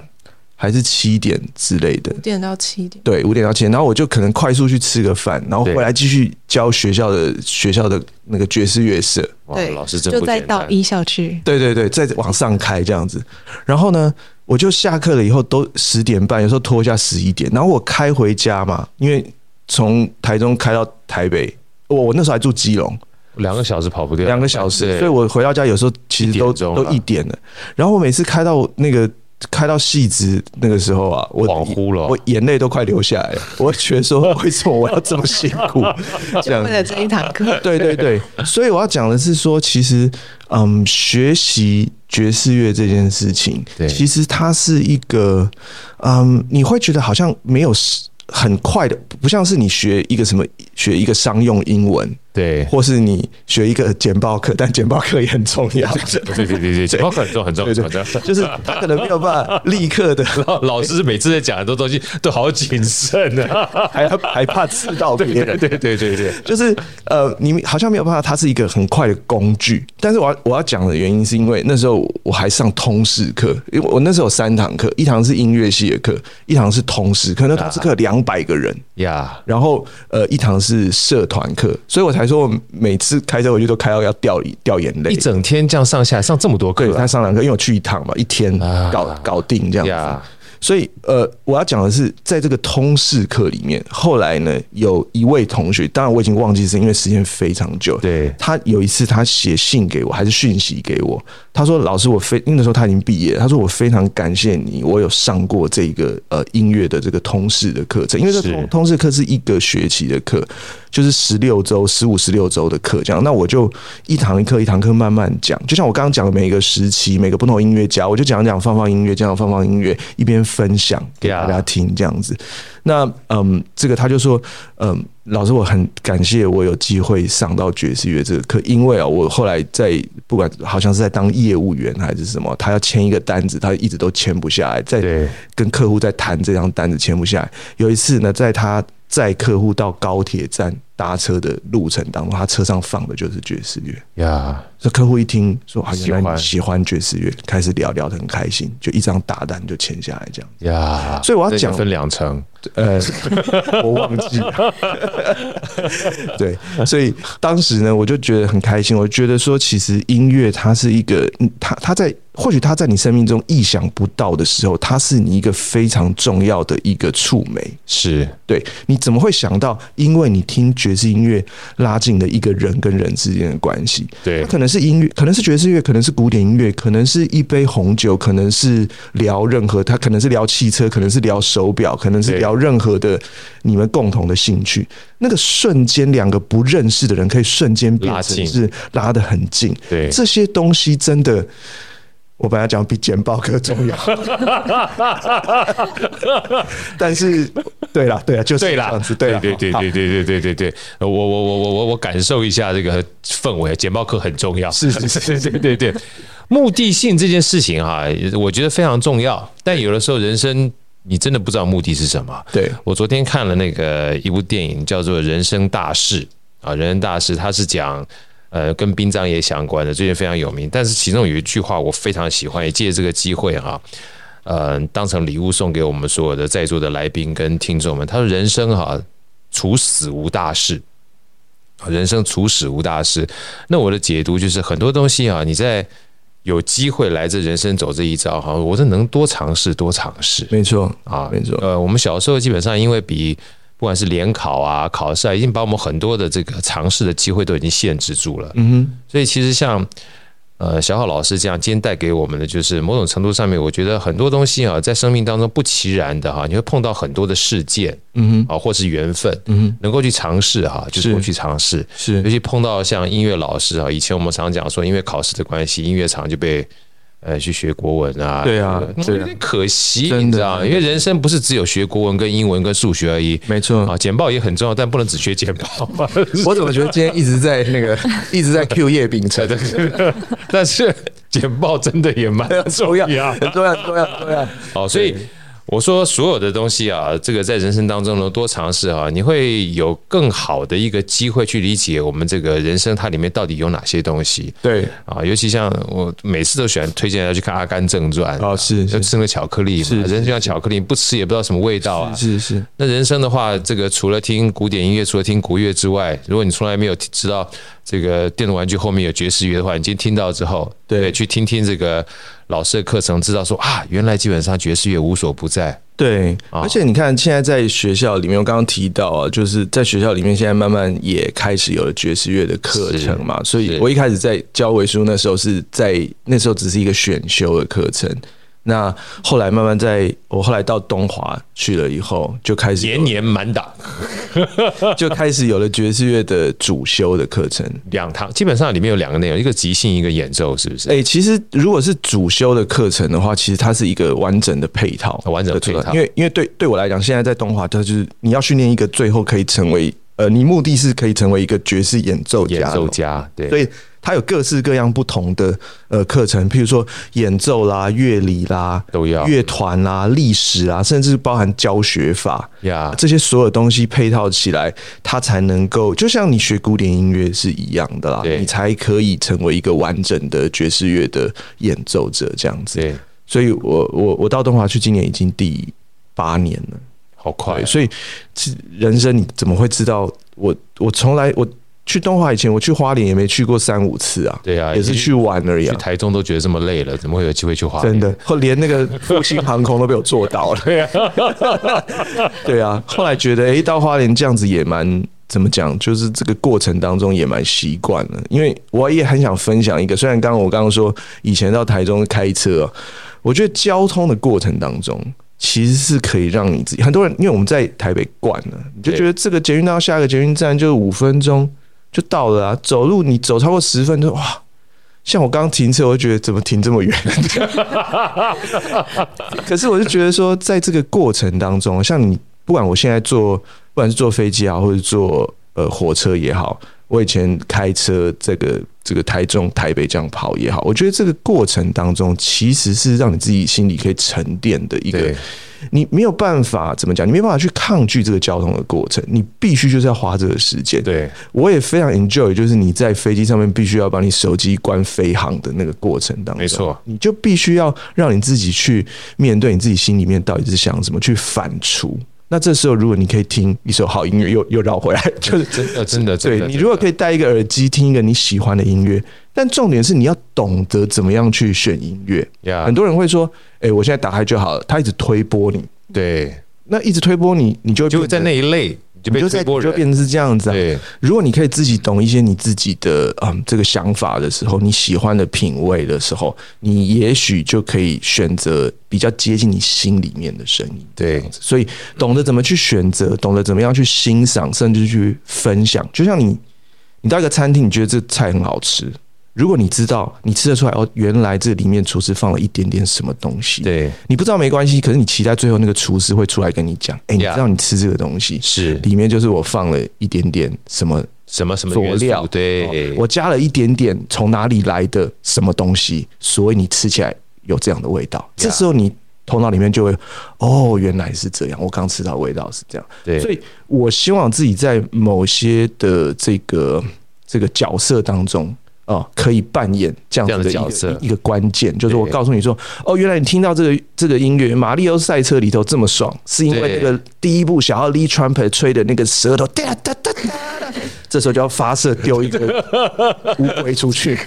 D: 还是七点之类的
C: 五，点到七点，
D: 对，五点到七点，然后我就可能快速去吃个饭，然后
B: 对
D: 回来继续教学校的学校的那个爵士乐社，
B: 哇，
C: 对
B: 老师真
A: 就
B: 不
A: 再
B: 简单
A: 到一校区，
D: 对对对，再往上开这样子。然后呢，我就下课了以后都十点半，有时候拖一下十一点，然后我开回家嘛，因为从台中开到台北。我我那时候还住基隆，
B: 两个小时跑不掉，
D: 两个小时，
B: 对
D: 所以我回到家有时候其实
B: 一
D: 都
B: 点钟啊
D: 都
B: 了
D: 一点了。然后我每次开到那个开到戏子那个时候啊，我
B: 恍惚了
D: 我眼泪都快流下
B: (laughs)
D: 来了。我觉得说，为什么我要这么辛苦？这样
A: 为了这一堂课，
D: 对
B: (laughs)
D: 对对，所以我要讲的是说，其实，嗯，学习爵士乐这件事情
B: 对，
D: 其实它是一个，嗯，你会觉得好像没有时很快的，不像是你学一个什么学一个商用英文，
B: 对，
D: 或是你学一个简报课，但简报课也很重要。
B: 对对对对，情况很重很重很
D: (laughs) 对
B: 重。
D: 对，就是他可能没有办法立刻的， (laughs)
B: 老老师每次在讲很多东西都好谨慎啊，
D: 还还怕刺到别
B: 对 (laughs)
D: 人。
B: 对对对对，
D: 就是呃，你好像没有办法，它是一个很快的工具。但是我要我要讲的原因是因为那时候我还上通识课，因为我那时候有三堂课，一堂是音乐系的课，一堂是通识课，那通识课两百个
B: 啊
D: 人，
B: 呀，
D: 然后呃一堂是社团课，所以我才说我每次开车回去都开到要掉掉眼泪
B: 一。整天这样上下来上这么多
D: 对
B: 课
D: 他上两课，因为我去一趟嘛，一天
B: 啊
D: 搞搞定这样子。
B: 呀，
D: 所以呃，我要讲的是，在这个通识课里面，后来呢，有一位同学，当然我已经忘记是因为时间非常久，
B: 对
D: 他有一次他写信给我，还是讯息给我，他说：“老师，我非那个时候他已经毕业了，他说我非常感谢你，我有上过这个呃音乐的这个通识的课程，因为这
B: 是
D: 通通识课是一个学期的课，就是十六周、十五、十六周的课这样。那我就一堂一课、一堂课慢慢讲，就像我刚刚讲的每个时期、每个不同的音乐家，我就讲讲放放音乐，讲讲放放音乐，一边分享给
B: Yeah
D: 大家听这样子。那嗯，这个他就说，嗯，老师，我很感谢我有机会上到爵士乐这个课，因为啊、我后来在不管好像是在当业务员还是什么，他要签一个单子，他一直都签不下来，在
B: 对
D: 跟客户在谈这张单子签不下来。有一次呢，在他载客户到高铁站搭车的路程当中，他车上放的就是爵士乐。
B: 呀，
D: 这客户一听说，啊，原
B: 喜
D: 来
B: 欢
D: 你喜欢爵士乐，开始聊聊得很开心，就一张大单就签下来这样。
B: 呀，
D: 所以我要
B: 这
D: 讲
B: 个分两层，
D: 呃， (laughs) 我忘记了。 (laughs) 对，所以当时呢，我就觉得很开心。我觉得说，其实音乐它是一个，嗯它它在或许它在你生命中意想不到的时候，它是你一个非常重要的一个触媒。
B: 是
D: 对，你怎么会想到，因为你听爵士音乐拉近了一个人跟人之间的关系？
B: 对
D: 它可能是音乐，可能是爵士乐，可能是古典音乐，可能是一杯红酒，可能是聊任何，它可能是聊汽车，可能是聊手表，可能是
B: 对
D: 聊任何的你们共同的兴趣。那个瞬间，两个不认识的人可以瞬间变
B: 拉近
D: 成是拉得很近，
B: 对
D: 这些东西真的。我本来讲比简报更重要，但是对啦，对啦，就是
B: 对
D: 这
B: 啦
D: 样子，，对啦，
B: 对对
D: 好
B: 对对对对对对，我我我我我我感受一下这个氛围，简报课很重要，
D: 是是是
B: 对 (laughs) 对对对，目的性这件事情哈、我觉得非常重要，但有的时候人生你真的不知道目的是什么。
D: 对
B: 我昨天看了那个一部电影叫做《人生大事》啊，《人生大事》它是讲。呃，跟殡葬业相关的，最近非常有名。但是其中有一句话我非常喜欢，也借这个机会哈、呃，当成礼物送给我们所有的在座的来宾跟听众们。他说：“人生哈、处死无大事，啊人生处死无大事。”那我的解读就是，很多东西啊，你在有机会来这人生走这一遭哈，我是能多尝试多尝试
D: 没错
B: 啊，
D: 没错，
B: 呃，我们小时候基本上因为比不管是联考啊、考试啊，已经把我们很多的这个尝试的机会都已经限制住了。
D: 嗯哼，
B: 所以其实像呃小浩老师这样今天带给我们的，就是某种程度上面，我觉得很多东西啊，在生命当中不其然的哈、你会碰到很多的事件
D: 嗯哼，
B: 啊，或是缘分，
D: 嗯
B: 能够去尝试哈、就是
D: 是
B: 多去尝试。
D: 哼，是
B: 尤其碰到像音乐老师啊，以前我们常讲说，因为考试的关系，音乐常就被呃去学国文啊，
D: 对啊
B: 这个
D: 对啊
B: 有点可惜，
D: 真的
B: 你知道吗，
D: 真
B: 因为人生不是只有学国文、跟英文、跟数学而已。
D: 没错。
B: 啊，简报也很重要，但不能只学简报。
D: (laughs) 我怎么觉得今天一直在
B: (laughs)
D: 那个一直在 Q 叶秉承，
B: 但是简报真的也蛮重要
D: (laughs) 很重要，很重要，很重要。
B: (laughs) 哦，所以我说所有的东西啊，这个在人生当中呢多尝试啊，你会有更好的一个机会去理解我们这个人生它里面到底有哪些东西
D: 对，
B: 啊。尤其像我每次都喜欢推荐大家去看《阿甘正传》
D: 哦，是
B: 就是吃那个巧克力嘛，
D: 是
B: 人就像巧克力，不吃也不知道什么味道啊。
D: 是是，
B: 那人生的话，这个除了听古典音乐，除了听国乐之外，如果你从来没有听知道这个电动玩具后面有爵士乐的话，你今天听到之后，
D: 对
B: 去听听这个老师的课程，知道说啊，原来基本上爵士乐无所不在。
D: 对，
B: 啊
D: 而且你看，现在在学校里面，我刚刚提到啊，就是在学校里面，现在慢慢也开始有了爵士乐的课程嘛，所以
B: 是
D: 我一开始在教维书那时候是在那时候只是一个选修的课程，那后来慢慢在我后来到东华去了以后，就开始有
B: 连年满档
D: 就开始有了爵士乐的主修的课程。
B: 两堂，基本上里面有两个内容，一个即兴，一个演奏，是不是？
D: 哎、其实如果是主修的课程的话，其实它是一个完整的配套，
B: 哦完整的配套
D: 因为因为对对我来讲，现在在东华，它就是你要训练一个最后可以成为呃，你目的是可以成为一个爵士演奏家
B: 演
D: 的，
B: 奏家对，
D: 所以它有各式各样不同的呃课程，譬如说演奏啦、乐理啦、
B: 都要
D: 乐团啦、历史啊，甚至包含教学法。
B: 呀，
D: 这些所有东西配套起来，它才能够，就像你学古典音乐是一样的啦，
B: 对
D: 你才可以成为一个完整的爵士乐的演奏者这样子。
B: 对，
D: 所以我我我到东华去，今年已经第八年了。
B: 好快啊
D: 对，，所以其人生你怎么会知道？我我从来我去东华以前，我去花莲也没去过三五次啊，
B: 对啊，
D: 也是去玩而已
B: 去
D: 啊。
B: 台中都觉得这么累了，怎么会有机会去花莲？
D: 真的，后连那个复兴航空都被我做到了。对啊，对啊。后来觉得，哎、到花莲这样子也蛮怎么讲，就是这个过程当中也蛮习惯了。因为我也很想分享一个，虽然刚刚我刚刚说以前到台中开车哦，我觉得交通的过程当中。其实是可以让你自己，很多人因为我们在台北惯了，你就
B: 对
D: 觉得这个捷运到下个捷运站就五分钟就到了啊，走路你走超过十分钟，哇！像我刚停车，我就觉得怎么停这么远，可是我就觉得说，在这个过程当中，像你不管我现在坐，不管是坐飞机啊，或者坐呃火车也好，我以前开车这个这个台中、台北这样跑也好，我觉得这个过程当中，其实是让你自己心里可以沉淀的一个
B: 对，
D: 你没有办法怎么讲，你没有办法去抗拒这个交通的过程，你必须就是要花这个时间。
B: 对，
D: 我也非常 enjoy，就是你在飞机上面必须要把你手机关飞行的那个过程当中，
B: 没错，
D: 你就必须要让你自己去面对你自己心里面到底是想什么，去反刍。那这时候，如果你可以听一首好音乐，又又绕
B: (laughs)
D: 回来，就是
B: 真的真的，真
D: 对
B: 的
D: 你如果可以戴一个耳机听一个你喜欢的音乐，但重点是你要懂得怎么样去选音乐。
B: 呀
D: 很，多人会说：“哎、我现在打开就好了。”他一直推波你，
B: 对，
D: 那一直推波你，你就会
B: 就
D: 变
B: 在
D: 成
B: 那一类，你就
D: 你
B: 被
D: 就在
B: 推波
D: 你就
B: 人，
D: 变成是这样子啊。
B: 对，
D: 如果你可以自己懂一些你自己的嗯这个想法的时候，你喜欢的品味的时候，你也许就可以选择比较接近你心里面的声音。
B: 对，
D: 所以懂得怎么去选择，懂得怎么样去欣赏，甚至去分享。就像你，你到一个餐厅，你觉得这菜很好吃，如果你知道你吃得出来哦，原来这里面厨师放了一点点什么东西，
B: 对，
D: 你不知道没关系，可是你期待最后那个厨师会出来跟你讲，哎、你
B: Yeah
D: 知道你吃这个东西
B: 是
D: 里面就是我放了一点点什么。
B: 什么什么
D: 佐
B: 元素
D: 料，
B: 对，
D: 哦我加了一点点从哪里来的什么东西，所以你吃起来有这样的味道。这时候你头脑里面就会，哦，原来是这样，我刚吃到的味道是这样。
B: 对
D: 所以我希望自己在某些的这个这个角色当中。哦，可以扮演这样子的一
B: 这样
D: 个
B: 的角色
D: 一个关键，就是我
B: 对
D: 告诉你说，哦，原来你听到这个这个音乐《马里奥赛车》里头这么爽，是因为那
B: 对
D: 个第一部小号 Lee Trump 吹的那个舌头哒哒哒哒哒这时候就要发射丢一个乌龟出去，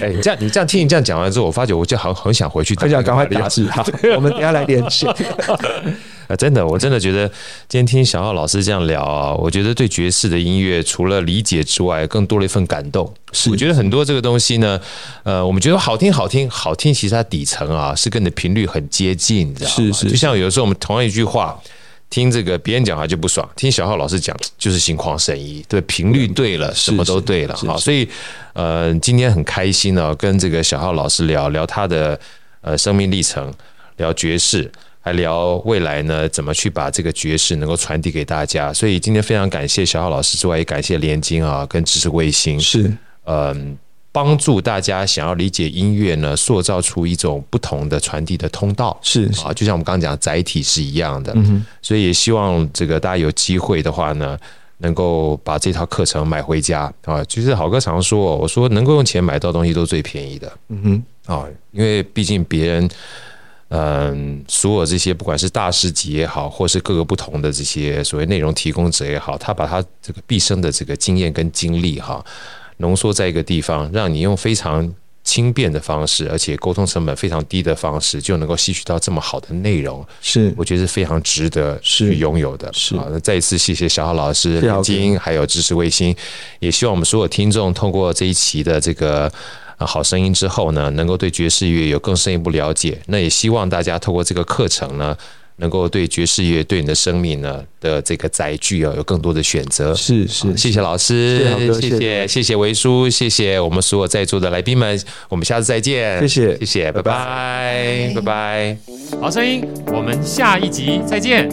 B: 哎，你这样你这样听你这样讲完之后，我发觉我就很很想回去打
D: 很想
B: 那个
D: 赶快
B: 麻将
D: 打字。好，我们等一下来连线。
B: (laughs) 啊，真的，我真的觉得今天听小浩老师这样聊啊，我觉得对爵士的音乐除了理解之外，更多了一份感动。
D: 是
B: 我觉得很多这个东西呢，呃，我们觉得好听好听好听，其实它底层啊是跟你的频率很接近，你知道吗？
D: 是是
B: 就像有时候我们同样一句话。听这个别人讲话就不爽，听小浩老师讲就是心旷神怡，对频率对了，什么都对了
D: 是
B: 好，所以呃，今天很开心呢、跟这个小浩老师聊聊他的呃生命历程，聊爵士，还聊未来呢怎么去把这个爵士能够传递给大家。所以今天非常感谢小浩老师之外，也感谢连金啊跟知识卫星，
D: (laughs) 是
B: 嗯、帮助大家想要理解音乐呢，塑造出一种不同的传递的通道。
D: 是
B: 啊，就像我们刚刚讲的载体是一样的，所以也希望这个大家有机会的话呢，能够把这套课程买回家啊。其实好哥常说哦，我说能够用钱买到东西都是最便宜的，嗯哼，啊，因为毕竟别人。嗯，所有这些不管是大师级也好，或是各个不同的这些所谓内容提供者也好，他把他这个毕生的这个经验跟经历哈，浓缩在一个地方，让你用非常轻便的方式，而且沟通成本非常低的方式，就能够吸取到这么好的内容，
D: 是，
B: 我觉得是非常值得去拥有的。
D: 是
B: 好，那再一次谢谢小浩老师、
D: 谢谢浩
B: 刘
D: 哥
B: 金，还有知识卫星，也希望我们所有听众通过这一期的这个。啊好声音之后呢，能够对爵士乐有更深一步了解。那也希望大家透过这个课程呢，能够对爵士乐对你的生命呢的这个载具啊有更多的选择。
D: 是是，
B: 谢谢老师
D: 谢谢豪，哥
B: 谢
D: 谢
B: 谢谢谢维叔，谢谢我们所有在座的来宾们，我们下次再见，
D: 谢谢
B: 谢谢，拜拜，拜拜。
A: 好声音，我们下一集再见。